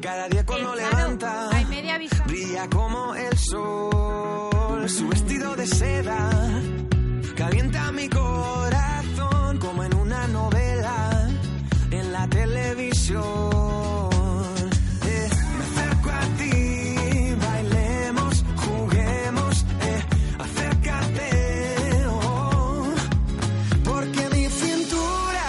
[SPEAKER 2] Cada día cuando
[SPEAKER 5] Claro,
[SPEAKER 2] levanta,
[SPEAKER 5] hay media vista.
[SPEAKER 2] brilla como el sol. Su vestido de seda calienta mi corazón como en una novela en la televisión. Eh, me acerco a ti, bailemos, juguemos, eh, acércate. oh. Porque mi cintura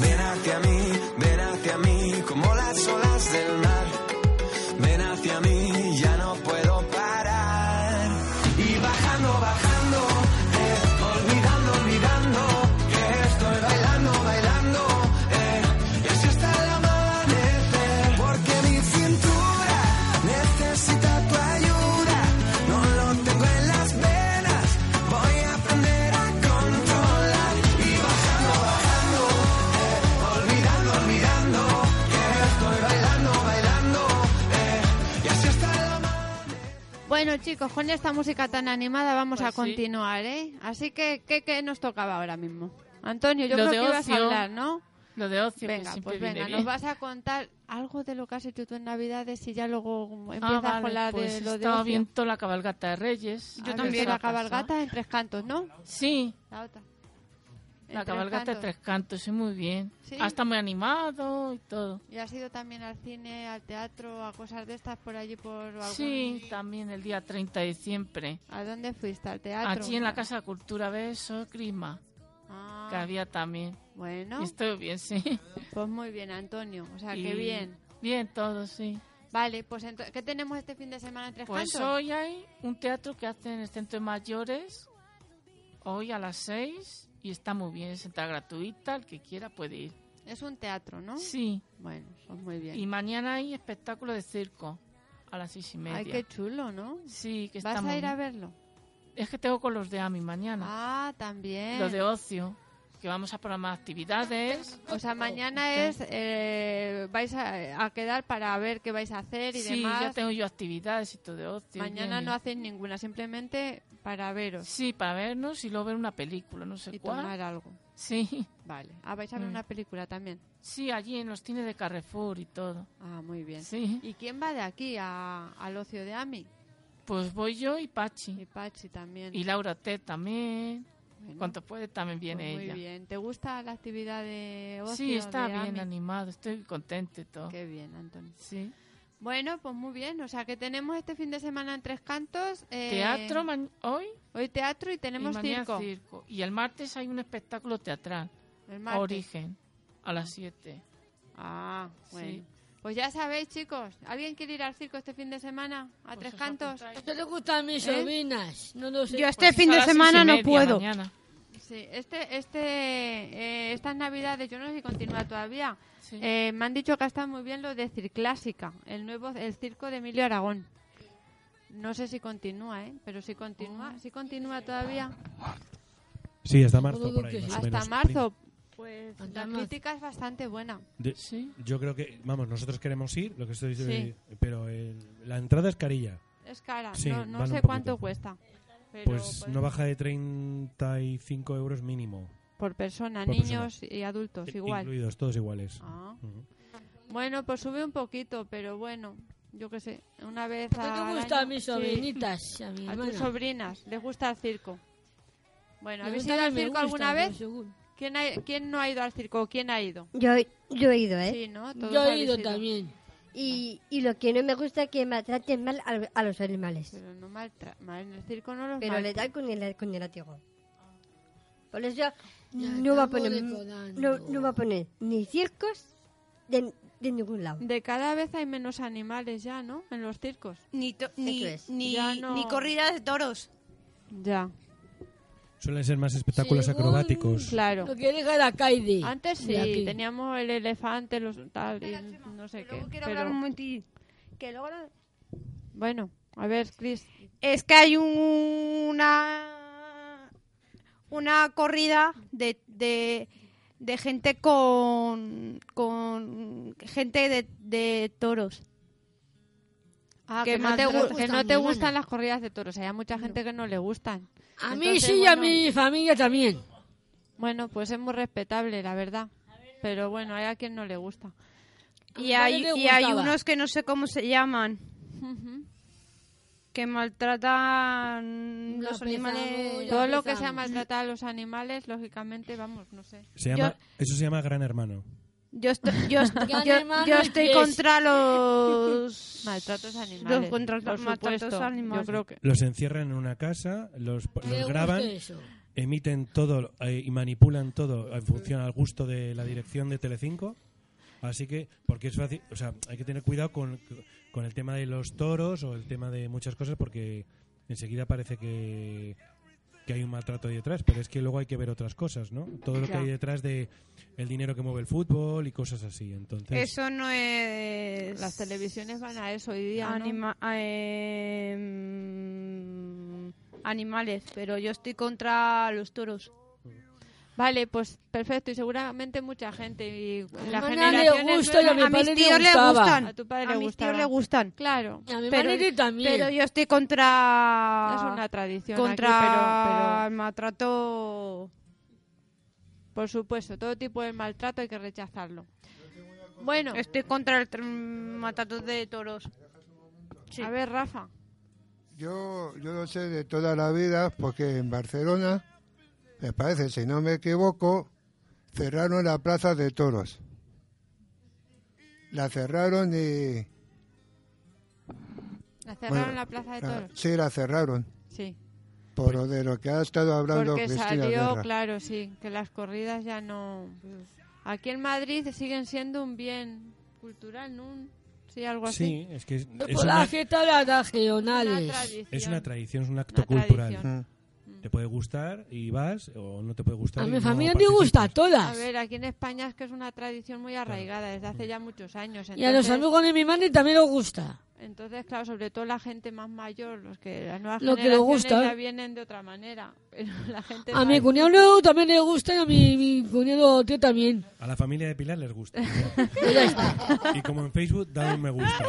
[SPEAKER 2] Ven hacia mí, ven hacia mí, como las olas del mar. Ven hacia mí, ya no puedo parar. Y bajando, bajando, eh, olvidando, olvidando, que estoy bailando, bailando. eh, y así hasta el amanecer, porque mi cintura necesita tu ayuda. No lo tengo en las venas, voy a aprender a controlar. Y bajando, bajando, eh, olvidando, olvidando, que estoy bailando, bailando. eh, y así hasta el
[SPEAKER 1] Bueno, chicos, con esta música tan animada vamos
[SPEAKER 8] Pues
[SPEAKER 1] a
[SPEAKER 8] sí.
[SPEAKER 1] continuar, ¿eh? Así que, ¿qué, qué nos tocaba ahora mismo? Antonio, yo
[SPEAKER 9] Lo
[SPEAKER 1] creo
[SPEAKER 9] de
[SPEAKER 1] que ibas a
[SPEAKER 9] ocio.
[SPEAKER 1] hablar, ¿no?
[SPEAKER 9] Lo de ocio. que
[SPEAKER 1] Venga,
[SPEAKER 9] siempre
[SPEAKER 1] pues
[SPEAKER 9] viene
[SPEAKER 1] venga,
[SPEAKER 9] bien.
[SPEAKER 1] nos vas a contar algo de lo que has hecho tú en Navidades y ya luego empiezas
[SPEAKER 9] ah, vale,
[SPEAKER 1] con la
[SPEAKER 9] pues
[SPEAKER 1] de lo de
[SPEAKER 9] estaba
[SPEAKER 1] ocio.
[SPEAKER 9] viendo toda la cabalgata de Reyes.
[SPEAKER 1] Yo
[SPEAKER 9] Ah,
[SPEAKER 1] también
[SPEAKER 9] ¿qué
[SPEAKER 1] la
[SPEAKER 9] se va a pasar?
[SPEAKER 1] cabalgata en tres cantos, ¿no?
[SPEAKER 9] Sí,
[SPEAKER 1] La otra. En
[SPEAKER 9] la
[SPEAKER 1] tres
[SPEAKER 9] cabalgata de
[SPEAKER 1] cantos.
[SPEAKER 9] tres cantos, sí, muy bien.
[SPEAKER 1] Sí.
[SPEAKER 9] Ah, está muy animado y todo.
[SPEAKER 1] ¿Y has ido también al cine, al teatro, a cosas de estas por allí, por algún...
[SPEAKER 9] Sí, también el día 30 de diciembre.
[SPEAKER 1] ¿A dónde fuiste? ¿Al teatro?
[SPEAKER 9] Aquí en la Casa de Cultura, ¿ves? Eso, Crisma,
[SPEAKER 1] Ah,
[SPEAKER 9] que había también.
[SPEAKER 1] bueno,
[SPEAKER 9] Y estuvo bien, sí.
[SPEAKER 1] pues muy bien, Antonio. O sea,
[SPEAKER 9] Y
[SPEAKER 1] qué bien.
[SPEAKER 9] Bien, todo, sí.
[SPEAKER 1] Vale, pues ento- ¿qué tenemos este fin de semana en Tres
[SPEAKER 9] Pues
[SPEAKER 1] Cantos?
[SPEAKER 9] hoy hay un teatro que hace en el Centro de Mayores, hoy a las 6, y está muy bien, es entrada gratuita, el que quiera puede ir.
[SPEAKER 1] Es un teatro, ¿no?
[SPEAKER 9] Sí,
[SPEAKER 1] Bueno, pues muy bien.
[SPEAKER 9] y mañana hay espectáculo de circo a las 6 y media.
[SPEAKER 1] Ay, qué chulo, ¿no?
[SPEAKER 9] Sí, que está
[SPEAKER 1] ¿Vas a
[SPEAKER 9] muy
[SPEAKER 1] ir a
[SPEAKER 9] bien.
[SPEAKER 1] verlo?
[SPEAKER 9] Es que tengo con los de AMI mañana,
[SPEAKER 1] Ah, también.
[SPEAKER 9] los de ocio, que vamos a programar actividades.
[SPEAKER 1] O sea, mañana
[SPEAKER 9] ¿Qué?
[SPEAKER 1] es... eh, vais a, a quedar para ver qué vais a hacer y
[SPEAKER 9] Sí, ya
[SPEAKER 1] demás.
[SPEAKER 9] tengo yo actividades y todo de ocio.
[SPEAKER 1] Mañana
[SPEAKER 9] bien, bien.
[SPEAKER 1] no hacéis ninguna, simplemente para veros
[SPEAKER 9] Sí, para vernos y luego ver una película, no sé
[SPEAKER 1] y
[SPEAKER 9] cuál.
[SPEAKER 1] tomar algo.
[SPEAKER 9] Sí,
[SPEAKER 1] Vale. Ah, vais a ver
[SPEAKER 9] Mm.
[SPEAKER 1] una película también.
[SPEAKER 9] sí, allí en los cines de Carrefour y todo.
[SPEAKER 1] Ah, muy bien.
[SPEAKER 9] Sí.
[SPEAKER 1] ¿Y quién va de aquí a- al ocio de Ami?
[SPEAKER 9] Pues voy yo y
[SPEAKER 1] Y
[SPEAKER 9] Pachi.
[SPEAKER 1] Pachi también.
[SPEAKER 9] Y Laura T también.
[SPEAKER 1] Bueno,
[SPEAKER 9] Cuanto puede también
[SPEAKER 1] pues
[SPEAKER 9] viene
[SPEAKER 1] Muy
[SPEAKER 9] ella.
[SPEAKER 1] bien. ¿Te gusta la actividad de ocio
[SPEAKER 9] Sí, está
[SPEAKER 1] de
[SPEAKER 9] bien
[SPEAKER 1] Ami?
[SPEAKER 9] animado. Estoy contento y todo.
[SPEAKER 1] Qué bien, Antonio.
[SPEAKER 9] Sí.
[SPEAKER 1] Bueno, pues muy bien. O sea, que tenemos este fin de semana en Tres Cantos. eh,
[SPEAKER 9] Teatro ma- hoy
[SPEAKER 1] Hoy teatro y tenemos
[SPEAKER 9] y mañana
[SPEAKER 1] circo.
[SPEAKER 9] circo. Y el martes hay un espectáculo teatral.
[SPEAKER 1] El martes.
[SPEAKER 9] Origen. A las 7.
[SPEAKER 1] Ah,
[SPEAKER 9] Sí.
[SPEAKER 1] bueno. Pues ya sabéis, chicos. ¿Alguien quiere ir al circo este fin de semana?
[SPEAKER 3] Pues
[SPEAKER 1] ¿A Tres Cantos?
[SPEAKER 3] ¿Qué le gustan mis
[SPEAKER 1] ¿Eh?
[SPEAKER 3] sobrinas? No lo sé. pues
[SPEAKER 5] Yo este
[SPEAKER 9] Pues
[SPEAKER 5] fin de semana no puedo.
[SPEAKER 9] Mañana.
[SPEAKER 1] Sí, este, este, eh, estas navidades, yo no sé si continúa todavía.
[SPEAKER 9] Sí.
[SPEAKER 1] Eh, me han dicho que ha estado muy bien lo de Circlásica, el nuevo, el circo de Emilio Aragón. No sé si continúa, ¿eh? Pero si
[SPEAKER 3] Oh.
[SPEAKER 1] continúa, si continúa todavía
[SPEAKER 4] Sí, hasta marzo por ahí. más o
[SPEAKER 3] Hasta
[SPEAKER 1] hasta
[SPEAKER 4] menos.
[SPEAKER 1] marzo. Pues
[SPEAKER 3] Hasta
[SPEAKER 1] la
[SPEAKER 3] marzo.
[SPEAKER 1] crítica es bastante buena.
[SPEAKER 4] De-
[SPEAKER 9] Sí.
[SPEAKER 4] yo creo que, vamos, nosotros queremos ir, lo que estoy
[SPEAKER 1] Sí.
[SPEAKER 4] eh, pero el- la entrada es carilla.
[SPEAKER 1] Es cara,
[SPEAKER 4] Sí,
[SPEAKER 1] no,
[SPEAKER 4] vale
[SPEAKER 1] no
[SPEAKER 4] un
[SPEAKER 1] sé
[SPEAKER 4] poquito.
[SPEAKER 1] cuánto cuesta. Pero
[SPEAKER 4] Pues
[SPEAKER 1] por-
[SPEAKER 4] no baja de 35 euros mínimo.
[SPEAKER 1] por persona,
[SPEAKER 4] por persona. Eh,
[SPEAKER 1] niños y adultos igual.
[SPEAKER 4] Incluidos, todos iguales.
[SPEAKER 1] Ah.
[SPEAKER 4] Ujú.
[SPEAKER 1] Bueno, pues sube un poquito, pero bueno, yo qué sé, una vez
[SPEAKER 3] ¿Qué
[SPEAKER 1] al
[SPEAKER 3] le gustan
[SPEAKER 1] año-
[SPEAKER 3] mis
[SPEAKER 1] Sí.
[SPEAKER 3] sobrinitas? A mi
[SPEAKER 1] A
[SPEAKER 3] hermana.
[SPEAKER 1] tus sobrinas, les gusta el circo. Bueno,
[SPEAKER 3] Me
[SPEAKER 1] ¿habéis
[SPEAKER 3] gustan
[SPEAKER 1] ido
[SPEAKER 3] y
[SPEAKER 1] al
[SPEAKER 3] me
[SPEAKER 1] circo
[SPEAKER 3] gustan,
[SPEAKER 1] alguna vez?
[SPEAKER 3] yo seguro.
[SPEAKER 1] ¿Quién, ha- quién no ha ido al circo? o ¿Quién ha ido?
[SPEAKER 6] Yo, yo he ido, ¿eh?
[SPEAKER 1] Sí, ¿no? Todos
[SPEAKER 3] Yo he
[SPEAKER 1] habéis
[SPEAKER 3] ido también.
[SPEAKER 6] Y, y lo que no me gusta es que maltraten mal a, a los animales.
[SPEAKER 1] Pero no maltra- mal- en el circo no los
[SPEAKER 6] Pero
[SPEAKER 1] mal-
[SPEAKER 6] le dan con el, con el látigo.
[SPEAKER 1] Ah.
[SPEAKER 6] Por eso
[SPEAKER 3] Ya
[SPEAKER 6] no va a
[SPEAKER 3] estamos
[SPEAKER 6] poner,
[SPEAKER 3] recordando.
[SPEAKER 6] no, no va a poner ni circos de, de ningún lado.
[SPEAKER 1] De cada vez hay menos animales ya, ¿no? En los circos.
[SPEAKER 5] Ni, to- ni,
[SPEAKER 6] Eso es.
[SPEAKER 5] ni,
[SPEAKER 1] Ya no-
[SPEAKER 5] ni corridas de toros.
[SPEAKER 1] Ya,
[SPEAKER 4] Suelen ser más espectáculos
[SPEAKER 3] Según
[SPEAKER 4] acrobáticos.
[SPEAKER 1] claro.
[SPEAKER 3] Lo que diga la Kaidi.
[SPEAKER 1] Antes sí,
[SPEAKER 3] De aquí.
[SPEAKER 1] teníamos el elefante, los tal, y no sé qué.
[SPEAKER 5] Luego quiero
[SPEAKER 1] pero-
[SPEAKER 5] hablar un momentín. Que luego lo-
[SPEAKER 1] Bueno, a ver, Chris.
[SPEAKER 5] Es que hay un- una una corrida de, de, de gente con con gente de, de toros.
[SPEAKER 1] Ah,
[SPEAKER 5] Que
[SPEAKER 1] que,
[SPEAKER 5] más
[SPEAKER 1] no te,
[SPEAKER 5] no le
[SPEAKER 1] gu-
[SPEAKER 6] gustan,
[SPEAKER 1] que no
[SPEAKER 6] muy
[SPEAKER 1] te
[SPEAKER 6] buena.
[SPEAKER 1] gustan las corridas de toros. Hay mucha gente que no le gustan.
[SPEAKER 3] A mí
[SPEAKER 1] Entonces,
[SPEAKER 3] sí y a
[SPEAKER 1] bueno,
[SPEAKER 3] mi familia también.
[SPEAKER 1] Bueno, pues es muy respetable, la verdad. Pero bueno, hay a quien no le gusta.
[SPEAKER 5] Y
[SPEAKER 3] A
[SPEAKER 5] hay
[SPEAKER 3] mi padre le
[SPEAKER 5] y hay
[SPEAKER 3] gustaba.
[SPEAKER 5] unos que no sé cómo se llaman que maltratan
[SPEAKER 3] La
[SPEAKER 5] los
[SPEAKER 3] pezaña.
[SPEAKER 5] animales.
[SPEAKER 1] Todo lo que
[SPEAKER 3] empezamos.
[SPEAKER 1] sea maltratar a los animales, lógicamente, vamos, no sé.
[SPEAKER 4] Se llama, eso se llama Gran Hermano.
[SPEAKER 5] Yo estoy yo, est-
[SPEAKER 3] Ya
[SPEAKER 5] yo-
[SPEAKER 3] animales
[SPEAKER 5] yo estoy
[SPEAKER 3] que-
[SPEAKER 5] contra los
[SPEAKER 1] Maltratos animales.
[SPEAKER 5] los contra-
[SPEAKER 1] por
[SPEAKER 5] maltratos
[SPEAKER 1] supuesto.
[SPEAKER 5] animales.
[SPEAKER 1] Yo creo que.
[SPEAKER 4] Los encierran en una casa, los,
[SPEAKER 3] Que le
[SPEAKER 4] los
[SPEAKER 3] guste
[SPEAKER 4] graban,
[SPEAKER 3] eso.
[SPEAKER 4] emiten todo eh, y manipulan todo en función al gusto de la dirección de Telecinco. Así que, porque es fácil, o sea, hay que tener cuidado con, con el tema de los toros o el tema de muchas cosas porque enseguida parece que, que hay un maltrato ahí detrás, pero es que luego hay que ver otras cosas, ¿no? Todo lo que
[SPEAKER 1] Claro.
[SPEAKER 4] hay detrás de el dinero que mueve el fútbol y cosas así. Entonces,
[SPEAKER 5] Eso no es
[SPEAKER 1] Las televisiones van a eso hoy día. ¿no?
[SPEAKER 5] Anima- eh, mm, animales, pero yo estoy contra los toros.
[SPEAKER 7] Mm.
[SPEAKER 1] Vale, pues perfecto. Y seguramente mucha gente. Y la
[SPEAKER 3] Mañana le
[SPEAKER 1] generación
[SPEAKER 3] gusta y a mi
[SPEAKER 5] a mis
[SPEAKER 3] padre le
[SPEAKER 5] tíos le
[SPEAKER 3] gustaba.
[SPEAKER 5] gustan.
[SPEAKER 1] A tu padre
[SPEAKER 5] A
[SPEAKER 1] le
[SPEAKER 5] mis
[SPEAKER 1] gustaba.
[SPEAKER 5] tíos le gustan.
[SPEAKER 1] Claro.
[SPEAKER 3] A mi
[SPEAKER 5] Pero-
[SPEAKER 3] madre también.
[SPEAKER 5] Pero yo estoy contra
[SPEAKER 1] Es una tradición.
[SPEAKER 5] contra
[SPEAKER 1] aquí, pero- pero,
[SPEAKER 5] el maltrato.
[SPEAKER 1] por supuesto, todo tipo de maltrato hay que rechazarlo. Bueno,
[SPEAKER 5] Estoy contra el tr- maltrato de toros. sí.
[SPEAKER 1] a ver, Rafa.
[SPEAKER 7] Yo, yo lo sé de toda la vida porque en Barcelona, me parece, si no me equivoco, cerraron la plaza de toros. La cerraron y...
[SPEAKER 1] La cerraron
[SPEAKER 7] Bueno, ah,
[SPEAKER 1] la plaza de
[SPEAKER 7] la-
[SPEAKER 1] toros.
[SPEAKER 7] sí, la cerraron.
[SPEAKER 1] Sí.
[SPEAKER 7] Por lo de lo que ha estado hablando
[SPEAKER 1] Porque
[SPEAKER 7] Cristina
[SPEAKER 1] salió,
[SPEAKER 7] Guerra.
[SPEAKER 1] claro, sí, que las corridas ya no. Aquí en Madrid siguen siendo un bien cultural, ¿no? Un- Sí, algo así.
[SPEAKER 4] sí, es que es, es
[SPEAKER 3] Por
[SPEAKER 4] una,
[SPEAKER 3] la jeta de las
[SPEAKER 1] Una
[SPEAKER 3] regionales.
[SPEAKER 1] tradición.
[SPEAKER 4] es una tradición, es un acto
[SPEAKER 1] Una
[SPEAKER 4] cultural.
[SPEAKER 1] tradición.
[SPEAKER 7] Mm.
[SPEAKER 4] Te puede gustar y vas, o no te puede gustar.
[SPEAKER 3] A
[SPEAKER 4] y
[SPEAKER 3] mi
[SPEAKER 4] no
[SPEAKER 3] familia te
[SPEAKER 4] participas.
[SPEAKER 3] gusta,
[SPEAKER 1] A
[SPEAKER 3] todas.
[SPEAKER 1] ver, aquí en España es que es una tradición muy arraigada desde hace ya muchos años.
[SPEAKER 3] Y a los
[SPEAKER 1] entonces-
[SPEAKER 3] amigos de mi madre también les gusta.
[SPEAKER 1] Entonces, claro, sobre todo la gente más mayor, los que las nuevas
[SPEAKER 3] Lo que le
[SPEAKER 1] generaciones
[SPEAKER 3] gusta. ¿eh?
[SPEAKER 1] ya vienen de otra manera. Pero la gente
[SPEAKER 3] A mi
[SPEAKER 1] mayor-
[SPEAKER 3] cuñado Leo también le gusta y a mi, mi cuñado tío también. Pues
[SPEAKER 4] A la familia de Pilar les gusta. y como en Facebook, da un me gusta.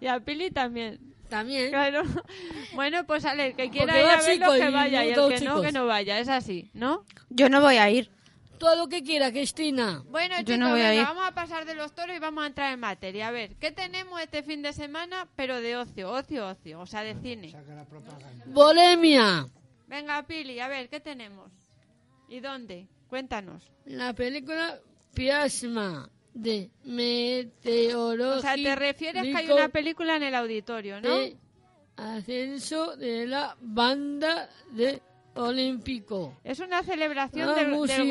[SPEAKER 1] y a Pili también.
[SPEAKER 3] También.
[SPEAKER 1] Claro. Bueno, pues Ale, el que quiera
[SPEAKER 3] Porque
[SPEAKER 1] ir
[SPEAKER 3] va
[SPEAKER 1] a verlo
[SPEAKER 3] chico
[SPEAKER 1] que
[SPEAKER 3] y
[SPEAKER 1] vaya y el
[SPEAKER 3] todos
[SPEAKER 1] que no
[SPEAKER 3] chicos.
[SPEAKER 1] que no vaya, es así, ¿no?
[SPEAKER 5] Yo no voy a ir.
[SPEAKER 3] Todo lo que quiera, Cristina.
[SPEAKER 1] Bueno,
[SPEAKER 5] Yo
[SPEAKER 1] chicos,
[SPEAKER 5] no voy a
[SPEAKER 1] venga,
[SPEAKER 5] ir.
[SPEAKER 1] vamos a pasar de los toros y vamos a entrar en materia. A ver, ¿qué tenemos este fin de semana? Pero de ocio, ocio, ocio, o sea, de cine.
[SPEAKER 3] Bolemia.
[SPEAKER 1] Venga, Pili, a ver, ¿qué tenemos? ¿Y dónde? Cuéntanos.
[SPEAKER 3] La película Piasma de meteorología.
[SPEAKER 1] O sea, te refieres que hay una película en el auditorio, ¿no?
[SPEAKER 3] de ascenso de la banda de Olímpico.
[SPEAKER 1] Es una celebración
[SPEAKER 3] Ah,
[SPEAKER 1] del, del
[SPEAKER 3] música.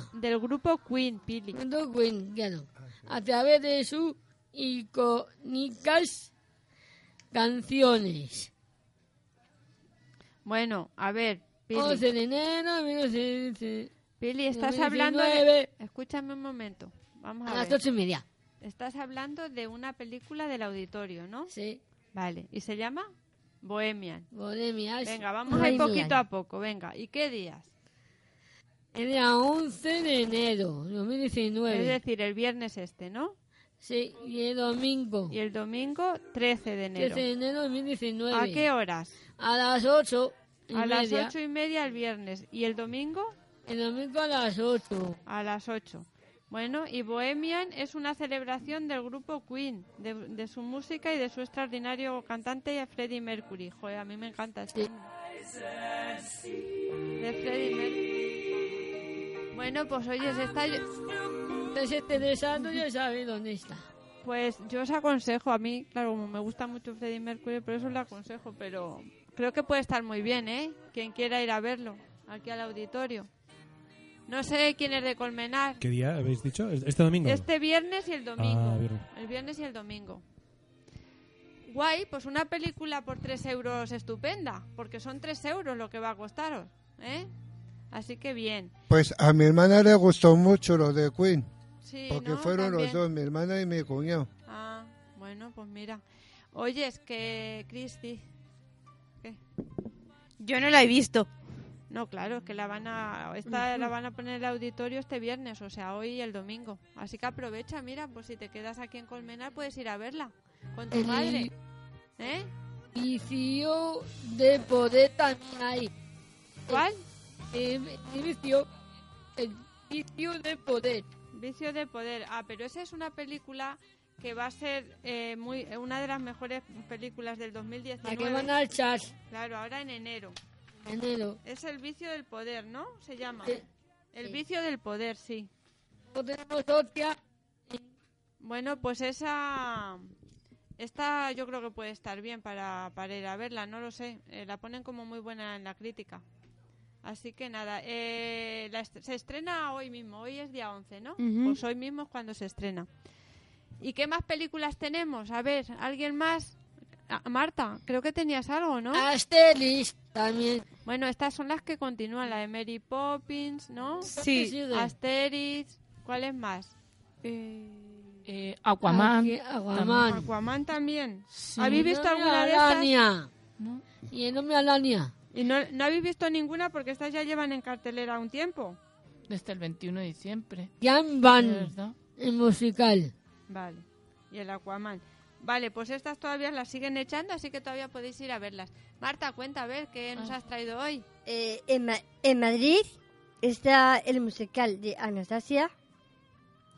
[SPEAKER 1] grupo, del grupo Queen, Pili.
[SPEAKER 3] Mundo Windiano, A través de sus icónicas canciones.
[SPEAKER 1] Bueno, a ver, Pili.
[SPEAKER 3] 11 de enero de 1919,
[SPEAKER 1] Pili,
[SPEAKER 3] 2019.
[SPEAKER 1] estás hablando de... Escúchame un momento. Vamos
[SPEAKER 3] a
[SPEAKER 1] a
[SPEAKER 3] las
[SPEAKER 1] ver.
[SPEAKER 3] 8 y media.
[SPEAKER 1] Estás hablando de una película del auditorio, ¿no?
[SPEAKER 3] Sí,
[SPEAKER 1] Vale. ¿Y se llama? Bohemian.
[SPEAKER 3] Bohemia.
[SPEAKER 1] Venga, vamos a ir
[SPEAKER 3] Bohemian.
[SPEAKER 1] poquito a poco. Venga, ¿y qué días?
[SPEAKER 3] El día 11 de enero de
[SPEAKER 1] Es
[SPEAKER 3] 2019.
[SPEAKER 1] decir, el viernes este, ¿no?
[SPEAKER 3] Sí, y el domingo.
[SPEAKER 1] Y el domingo 13 de
[SPEAKER 3] 13 de
[SPEAKER 1] enero.
[SPEAKER 3] enero de 2019.
[SPEAKER 1] ¿A qué horas?
[SPEAKER 3] A las 8 y
[SPEAKER 1] A las
[SPEAKER 3] media.
[SPEAKER 1] ocho y media el viernes. ¿Y el domingo?
[SPEAKER 3] El domingo a las 8.
[SPEAKER 1] A las 8. Bueno, y Bohemian es una celebración del grupo Queen, de, de su música y de su extraordinario cantante Freddie Mercury. Joder, a mí me encanta este. De Freddie Mercury. Bueno, pues oye, se está...
[SPEAKER 3] Entonces este de santo ya sabe dónde está.
[SPEAKER 1] Pues yo os aconsejo, a mí, claro, como me gusta mucho Freddie Mercury, por eso lo aconsejo, pero creo que puede estar muy bien, ¿eh? Quien quiera ir a verlo, aquí al auditorio. No sé quién es de Colmenar.
[SPEAKER 4] ¿Qué día habéis dicho? ¿Este domingo?
[SPEAKER 1] Este viernes y el domingo.
[SPEAKER 4] Ah, viernes.
[SPEAKER 1] El viernes y el domingo. Guay, pues una película por 3 euros estupenda, porque son 3 euros lo que va a costaros. ¿eh? Así que bien.
[SPEAKER 7] Pues a mi hermana le gustó mucho lo de Queen.
[SPEAKER 1] Sí,
[SPEAKER 7] Porque
[SPEAKER 1] ¿no?
[SPEAKER 7] fueron los
[SPEAKER 1] También.
[SPEAKER 7] dos, mi hermana y mi cuñado.
[SPEAKER 1] Ah, bueno, pues mira. Oye, es que Cristi.
[SPEAKER 5] Yo no la he visto.
[SPEAKER 1] No, claro, es que la van a esta la van a poner en el auditorio este viernes, o sea, hoy y el domingo. Así que aprovecha, mira, pues si te quedas aquí en Colmenar puedes ir a verla con tu
[SPEAKER 3] El-
[SPEAKER 1] madre. ¿Eh?
[SPEAKER 3] Y fío de poder también hay.
[SPEAKER 1] ¿Cuál?
[SPEAKER 3] El, el vicio, el vicio de poder.
[SPEAKER 1] Vicio de poder. Ah, pero esa es una película que va a ser eh, muy eh, una de las mejores películas del 2019.
[SPEAKER 3] La que van al chat.
[SPEAKER 1] Claro, ahora en enero.
[SPEAKER 3] Enero. Eh,
[SPEAKER 1] Es el vicio del poder, ¿no? Se llama.
[SPEAKER 3] Sí.
[SPEAKER 1] El
[SPEAKER 3] Sí.
[SPEAKER 1] vicio del poder, sí.
[SPEAKER 3] No tenemos hostia.
[SPEAKER 1] Bueno, pues esa. Esta yo creo que puede estar bien para, para ir a verla, no lo sé. Eh, la ponen como muy buena en la crítica. Así que nada, eh, la est- se estrena hoy mismo, hoy es día 11, ¿no?
[SPEAKER 5] Ujú.
[SPEAKER 1] Pues hoy mismo es cuando se estrena. ¿Y qué más películas tenemos? A ver, ¿alguien más? Ah, Marta, creo que tenías algo, ¿no?
[SPEAKER 3] Asterix también.
[SPEAKER 1] Bueno, estas son las que continúan, la de Mary Poppins, ¿no?
[SPEAKER 5] Sí.
[SPEAKER 3] Sigue.
[SPEAKER 1] Asterix, ¿cuáles más?
[SPEAKER 9] Eh, Aquaman.
[SPEAKER 1] Ah,
[SPEAKER 3] Aquí, Aquaman.
[SPEAKER 1] Aquaman también.
[SPEAKER 9] Sí.
[SPEAKER 1] ¿Habéis visto
[SPEAKER 3] El nombre
[SPEAKER 1] alguna de estas?
[SPEAKER 3] Alania.
[SPEAKER 9] ¿No?
[SPEAKER 3] Y el nombre Alania.
[SPEAKER 1] Y no, no habéis visto ninguna porque estas ya llevan en cartelera un tiempo.
[SPEAKER 9] Desde el 21 de diciembre.
[SPEAKER 3] Jan
[SPEAKER 9] de
[SPEAKER 3] Van.
[SPEAKER 9] verdad.
[SPEAKER 3] El musical.
[SPEAKER 1] Vale. Y el Aquaman. Vale, pues estas todavía las siguen echando, así que todavía podéis ir a verlas. Marta, cuenta, a ver, ¿qué
[SPEAKER 9] Ah.
[SPEAKER 1] nos has traído hoy?
[SPEAKER 6] Eh, en, Ma- en Madrid está el musical de Anastasia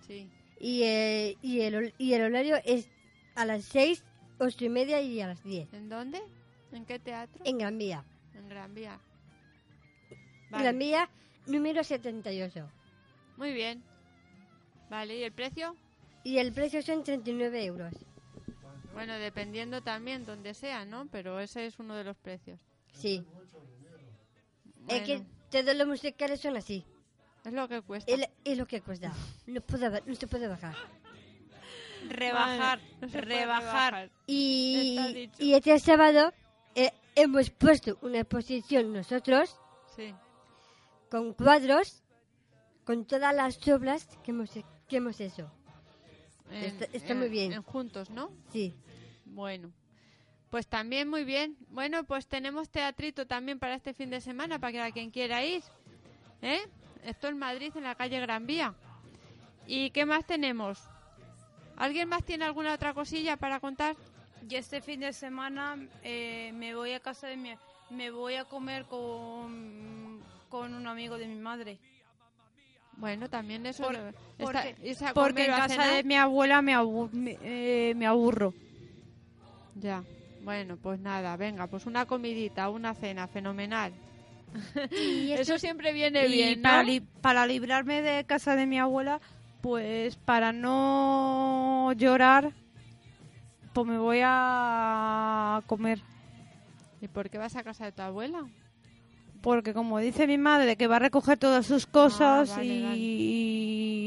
[SPEAKER 1] Sí.
[SPEAKER 6] y, eh, y, el, hor- y el horario es a las 6, 8 y media y a las 10.
[SPEAKER 1] ¿En dónde? ¿En qué teatro?
[SPEAKER 6] En Gran Vía.
[SPEAKER 1] En Gran Vía.
[SPEAKER 6] Gran
[SPEAKER 1] Vale.
[SPEAKER 6] Vía número 78.
[SPEAKER 1] Muy bien. Vale, ¿y el precio?
[SPEAKER 6] Y el precio son 39 euros.
[SPEAKER 1] Bueno, dependiendo también donde sea, ¿no? Pero ese es uno de los precios.
[SPEAKER 6] Sí. Es que
[SPEAKER 1] Bueno,
[SPEAKER 6] todos los musicales son así.
[SPEAKER 1] es lo que cuesta.
[SPEAKER 6] Es, es lo que cuesta. No, puede, ba- no se puede bajar.
[SPEAKER 5] Rebajar.
[SPEAKER 1] No se puede
[SPEAKER 5] rebajar.
[SPEAKER 1] Está
[SPEAKER 6] Y,
[SPEAKER 1] dicho.
[SPEAKER 6] y este sábado eh, hemos puesto una exposición nosotros
[SPEAKER 1] Sí.
[SPEAKER 6] con cuadros, con todas las obras que hemos, que hemos hecho. Está- está muy bien.
[SPEAKER 1] en juntos, ¿no?
[SPEAKER 6] Sí.
[SPEAKER 1] Bueno, pues también muy bien. Bueno, pues tenemos teatrito también para este fin de semana, para que a quien quiera ir. ¿Eh? Esto en Madrid, en la calle Gran Vía. ¿Y qué más tenemos? ¿Alguien más tiene alguna otra cosilla para contar?
[SPEAKER 5] Yo este fin de semana eh, me voy a casa de mi... Me voy a comer con, con un amigo de mi madre.
[SPEAKER 1] Bueno, también eso.
[SPEAKER 5] Por-
[SPEAKER 1] lo-
[SPEAKER 5] porque-
[SPEAKER 1] está- irse a
[SPEAKER 5] Porque
[SPEAKER 1] comer
[SPEAKER 5] en
[SPEAKER 1] o a
[SPEAKER 5] casa
[SPEAKER 1] cenar.
[SPEAKER 5] de mi abuela me, abu- me, eh, me aburro.
[SPEAKER 1] Ya. Bueno, pues nada, venga, pues una comidita, una cena, fenomenal. Eso siempre viene
[SPEAKER 5] y
[SPEAKER 1] bien,
[SPEAKER 5] para,
[SPEAKER 1] ¿no?
[SPEAKER 5] li- para librarme de casa de mi abuela, pues para no llorar, pues me voy a comer.
[SPEAKER 1] ¿Y por qué vas a casa de tu abuela?
[SPEAKER 5] Porque como dice mi madre, que va a recoger todas sus cosas
[SPEAKER 1] Ah, vale,
[SPEAKER 5] y...
[SPEAKER 1] vale.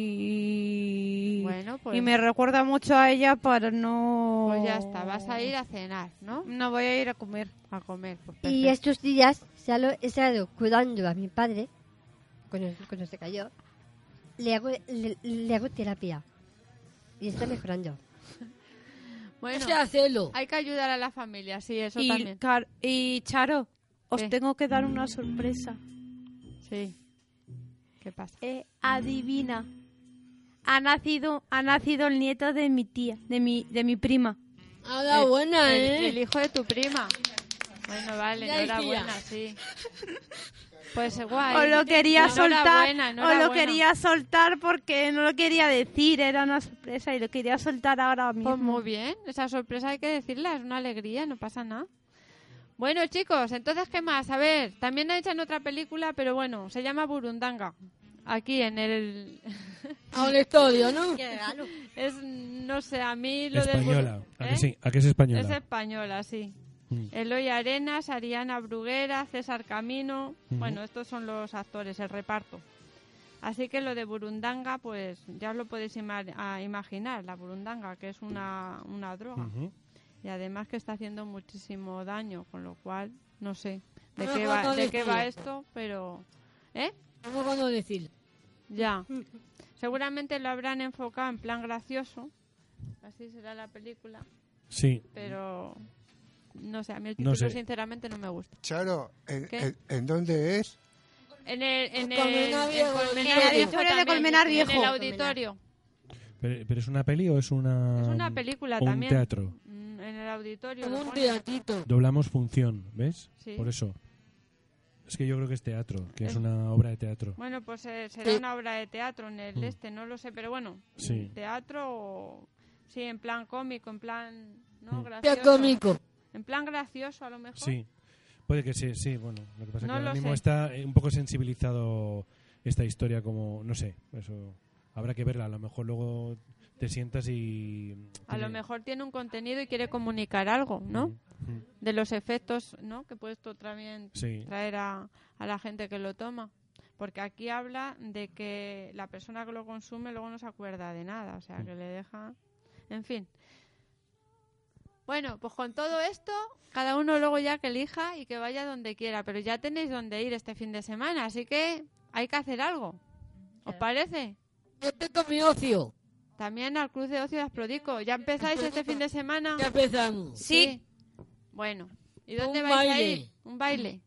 [SPEAKER 5] y-
[SPEAKER 1] Bueno, pues,
[SPEAKER 5] Y me recuerda mucho a ella para no...
[SPEAKER 1] pues ya está, vas a ir a cenar, ¿no?
[SPEAKER 5] No voy a ir a comer.
[SPEAKER 1] A comer, pues
[SPEAKER 6] Y
[SPEAKER 1] perfecto.
[SPEAKER 6] estos días se ha lo- he estado cuidando a mi padre cuando, cuando se cayó. Le hago, le, le hago terapia. Y está mejorando.
[SPEAKER 1] Bueno,
[SPEAKER 3] Ese hacelo.
[SPEAKER 1] hay que ayudar a la familia, sí, eso
[SPEAKER 5] Y,
[SPEAKER 1] también.
[SPEAKER 5] Car- y Charo, os
[SPEAKER 1] ¿Qué?
[SPEAKER 5] tengo que dar una sorpresa.
[SPEAKER 1] Sí. ¿Qué pasa?
[SPEAKER 5] Eh, adivina. Ha nacido, ha nacido el nieto de mi tía, de mi, de mi prima.
[SPEAKER 3] Ahora
[SPEAKER 1] El-
[SPEAKER 3] buena,
[SPEAKER 1] el,
[SPEAKER 3] ¿eh?
[SPEAKER 1] El hijo de tu prima. Bueno, vale,
[SPEAKER 3] Ya
[SPEAKER 1] enhorabuena,
[SPEAKER 3] decía.
[SPEAKER 1] sí. Pues igual.
[SPEAKER 5] Os lo quería soltar,
[SPEAKER 1] Enhorabuena,
[SPEAKER 5] os lo
[SPEAKER 1] enhorabuena.
[SPEAKER 5] quería soltar porque no lo quería decir, era una sorpresa y lo quería soltar ahora mismo.
[SPEAKER 1] Pues muy bien, esa sorpresa hay que decirla, es una alegría, no pasa nada. Bueno, chicos, entonces, ¿qué más? A ver, también han hecho en otra película, pero bueno, se llama Burundanga. Aquí en el.
[SPEAKER 3] A un estudio, ¿no?
[SPEAKER 1] es, no sé, a mí lo
[SPEAKER 4] Española.
[SPEAKER 1] del. Burun-
[SPEAKER 4] ¿A que
[SPEAKER 1] ¿Eh?
[SPEAKER 4] sí? ¿A que es española?
[SPEAKER 1] Es española, sí.
[SPEAKER 4] Mm.
[SPEAKER 1] Eloy Arenas, Ariana Bruguera, César Camino.
[SPEAKER 4] Ujú.
[SPEAKER 1] Bueno, estos son los actores, el reparto. Así que lo de Burundanga, pues ya os lo podéis ima- a imaginar, la Burundanga, que es una, una droga.
[SPEAKER 4] Ujú.
[SPEAKER 1] Y además que está haciendo muchísimo daño, con lo cual, no sé de qué va, de qué va esto, pero... ¿Eh?
[SPEAKER 3] No puedo decir.
[SPEAKER 1] Ya. Seguramente lo habrán enfocado en plan gracioso. Así será la película.
[SPEAKER 4] Sí.
[SPEAKER 1] Pero... No sé, a mí el
[SPEAKER 4] No
[SPEAKER 1] título
[SPEAKER 4] sé.
[SPEAKER 1] sinceramente no me gusta.
[SPEAKER 7] Charo, ¿en,
[SPEAKER 1] ¿Qué?
[SPEAKER 7] en- en dónde es?
[SPEAKER 1] En el... En el,
[SPEAKER 3] Colmenar
[SPEAKER 1] en
[SPEAKER 3] Viejo.
[SPEAKER 1] Colmenar
[SPEAKER 5] En el
[SPEAKER 1] Viejo
[SPEAKER 5] auditorio de
[SPEAKER 1] también,
[SPEAKER 5] Colmenar
[SPEAKER 1] En
[SPEAKER 5] Viejo.
[SPEAKER 1] el auditorio.
[SPEAKER 4] ¿Pero, pero es una peli o es una.
[SPEAKER 1] Es una película
[SPEAKER 4] o un
[SPEAKER 1] también.
[SPEAKER 4] teatro.
[SPEAKER 1] Mm, En el auditorio.
[SPEAKER 3] Como
[SPEAKER 1] lo
[SPEAKER 3] un
[SPEAKER 1] pone.
[SPEAKER 3] teatrito.
[SPEAKER 4] Doblamos función, ¿ves?
[SPEAKER 1] Sí.
[SPEAKER 4] Por eso. Es que yo creo que es teatro, que es
[SPEAKER 1] Es-
[SPEAKER 4] una obra de teatro.
[SPEAKER 1] Bueno, pues eh, será
[SPEAKER 3] Sí.
[SPEAKER 1] una obra de teatro en el
[SPEAKER 4] Mm.
[SPEAKER 1] este, no lo sé, pero bueno,
[SPEAKER 4] Sí.
[SPEAKER 1] teatro o... Sí, en plan cómico, en plan... ¿no?
[SPEAKER 4] Mm.
[SPEAKER 3] Ya
[SPEAKER 1] Gracioso.
[SPEAKER 3] cómico.
[SPEAKER 1] En plan gracioso, a lo mejor.
[SPEAKER 4] Sí. Puede que sí, sí, bueno. Lo que pasa es
[SPEAKER 1] No
[SPEAKER 4] que ahora
[SPEAKER 1] lo
[SPEAKER 4] mismo
[SPEAKER 1] sé.
[SPEAKER 4] está eh, un poco sensibilizado esta historia, como. No sé, eso. Habrá que verla. A lo mejor luego te sientas y.
[SPEAKER 1] A lo
[SPEAKER 4] tiene-
[SPEAKER 1] mejor tiene un contenido y quiere comunicar algo, ¿no?
[SPEAKER 4] Ujú, ujú.
[SPEAKER 1] De los efectos, ¿no? Que puede esto también
[SPEAKER 4] Sí.
[SPEAKER 1] traer a, a la gente que lo toma. Porque aquí habla de que la persona que lo consume luego no se acuerda de nada, o sea, que le deja... En fin. Bueno, pues con todo esto, cada uno luego ya que elija y que vaya donde quiera, pero ya tenéis donde ir este fin de semana, así que hay que hacer algo. ¿Os parece?
[SPEAKER 3] Yo tengo mi ocio.
[SPEAKER 1] También al Cruz de Ocio de Asprodico. ¿Ya empezáis este fin de semana?
[SPEAKER 3] Ya empezamos.
[SPEAKER 1] Sí. Bueno, ¿y dónde
[SPEAKER 3] Un
[SPEAKER 1] vais a
[SPEAKER 3] baile.
[SPEAKER 1] ir? Un baile.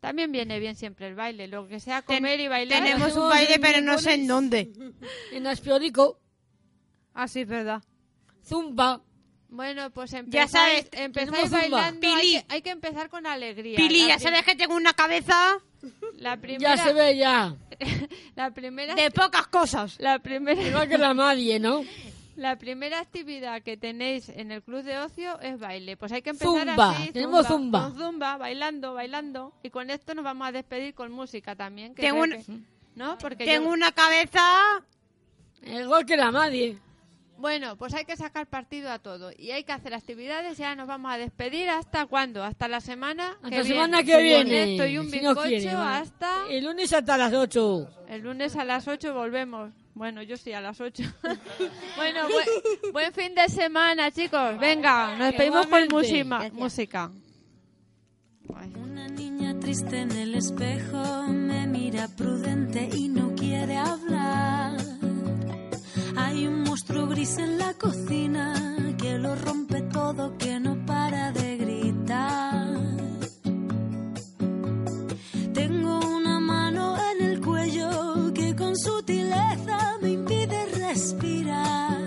[SPEAKER 1] También viene bien siempre el baile, lo que sea comer y bailar.
[SPEAKER 5] Tenemos un
[SPEAKER 3] hacemos
[SPEAKER 5] baile,
[SPEAKER 3] el
[SPEAKER 5] pero no sé en
[SPEAKER 3] miércoles.
[SPEAKER 5] dónde.
[SPEAKER 3] En Aspiorico,
[SPEAKER 5] Ah, sí, es verdad.
[SPEAKER 3] Zumba.
[SPEAKER 1] Bueno, pues
[SPEAKER 5] Ya
[SPEAKER 1] empezáis,
[SPEAKER 5] sabes,
[SPEAKER 1] empezáis
[SPEAKER 3] tenemos zumba.
[SPEAKER 1] bailando. Hay
[SPEAKER 5] Pili.
[SPEAKER 1] que, hay que empezar con alegría.
[SPEAKER 5] Pili,
[SPEAKER 1] La
[SPEAKER 5] ya
[SPEAKER 1] prim-
[SPEAKER 5] sabes que tengo una cabeza
[SPEAKER 1] La primera,
[SPEAKER 3] Ya se ve ya.
[SPEAKER 1] La primera,
[SPEAKER 5] de pocas cosas.
[SPEAKER 1] la primera,
[SPEAKER 3] Igual que la nadie, ¿no?
[SPEAKER 1] la primera actividad que tenéis en el club de ocio es baile. Pues hay que empezar
[SPEAKER 3] Zumba.
[SPEAKER 1] así.
[SPEAKER 3] Tenemos zumba.
[SPEAKER 1] Con zumba, bailando, bailando. Y con esto nos vamos a despedir con música también. que
[SPEAKER 5] Tengo
[SPEAKER 1] creo
[SPEAKER 5] un-
[SPEAKER 1] que- ¿No? Porque
[SPEAKER 5] Tengo
[SPEAKER 1] yo-
[SPEAKER 5] una cabeza.
[SPEAKER 3] Igual que la nadie.
[SPEAKER 1] Bueno, pues hay que sacar partido a todo y hay que hacer actividades. Ya nos vamos a despedir. ¿Hasta cuándo? Hasta la semana
[SPEAKER 3] Hasta
[SPEAKER 1] que
[SPEAKER 3] la
[SPEAKER 1] viene.
[SPEAKER 3] semana que
[SPEAKER 1] Con
[SPEAKER 3] viene.
[SPEAKER 1] esto y un
[SPEAKER 3] si Dios
[SPEAKER 1] bizcocho
[SPEAKER 3] quiere, va.
[SPEAKER 1] hasta
[SPEAKER 3] El lunes hasta las 8.
[SPEAKER 1] el lunes a las 8 volvemos. Bueno, yo sí, a las 8. bueno, buen, buen fin de semana, chicos. Venga, nos despedimos con
[SPEAKER 3] Igualmente.
[SPEAKER 1] música. música. Ay.
[SPEAKER 10] Una niña triste en el espejo me mira prudente y no quiere hablar. Hay un monstruo gris en la cocina que lo rompe todo, que no para de gritar. Tengo una mano en el cuello que con sutileza me impide respirar.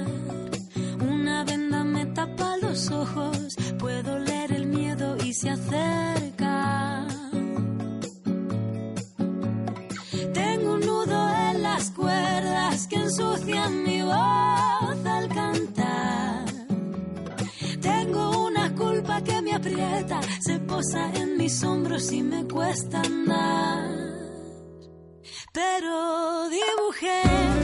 [SPEAKER 10] Una venda me tapa los ojos, puedo leer el miedo y se acerca. Tengo un nudo en las cuerdas que ensucian mi voz al cantar. Tengo una culpa que me aprieta, se posa en mis hombros y me cuesta andar. Pero dibujé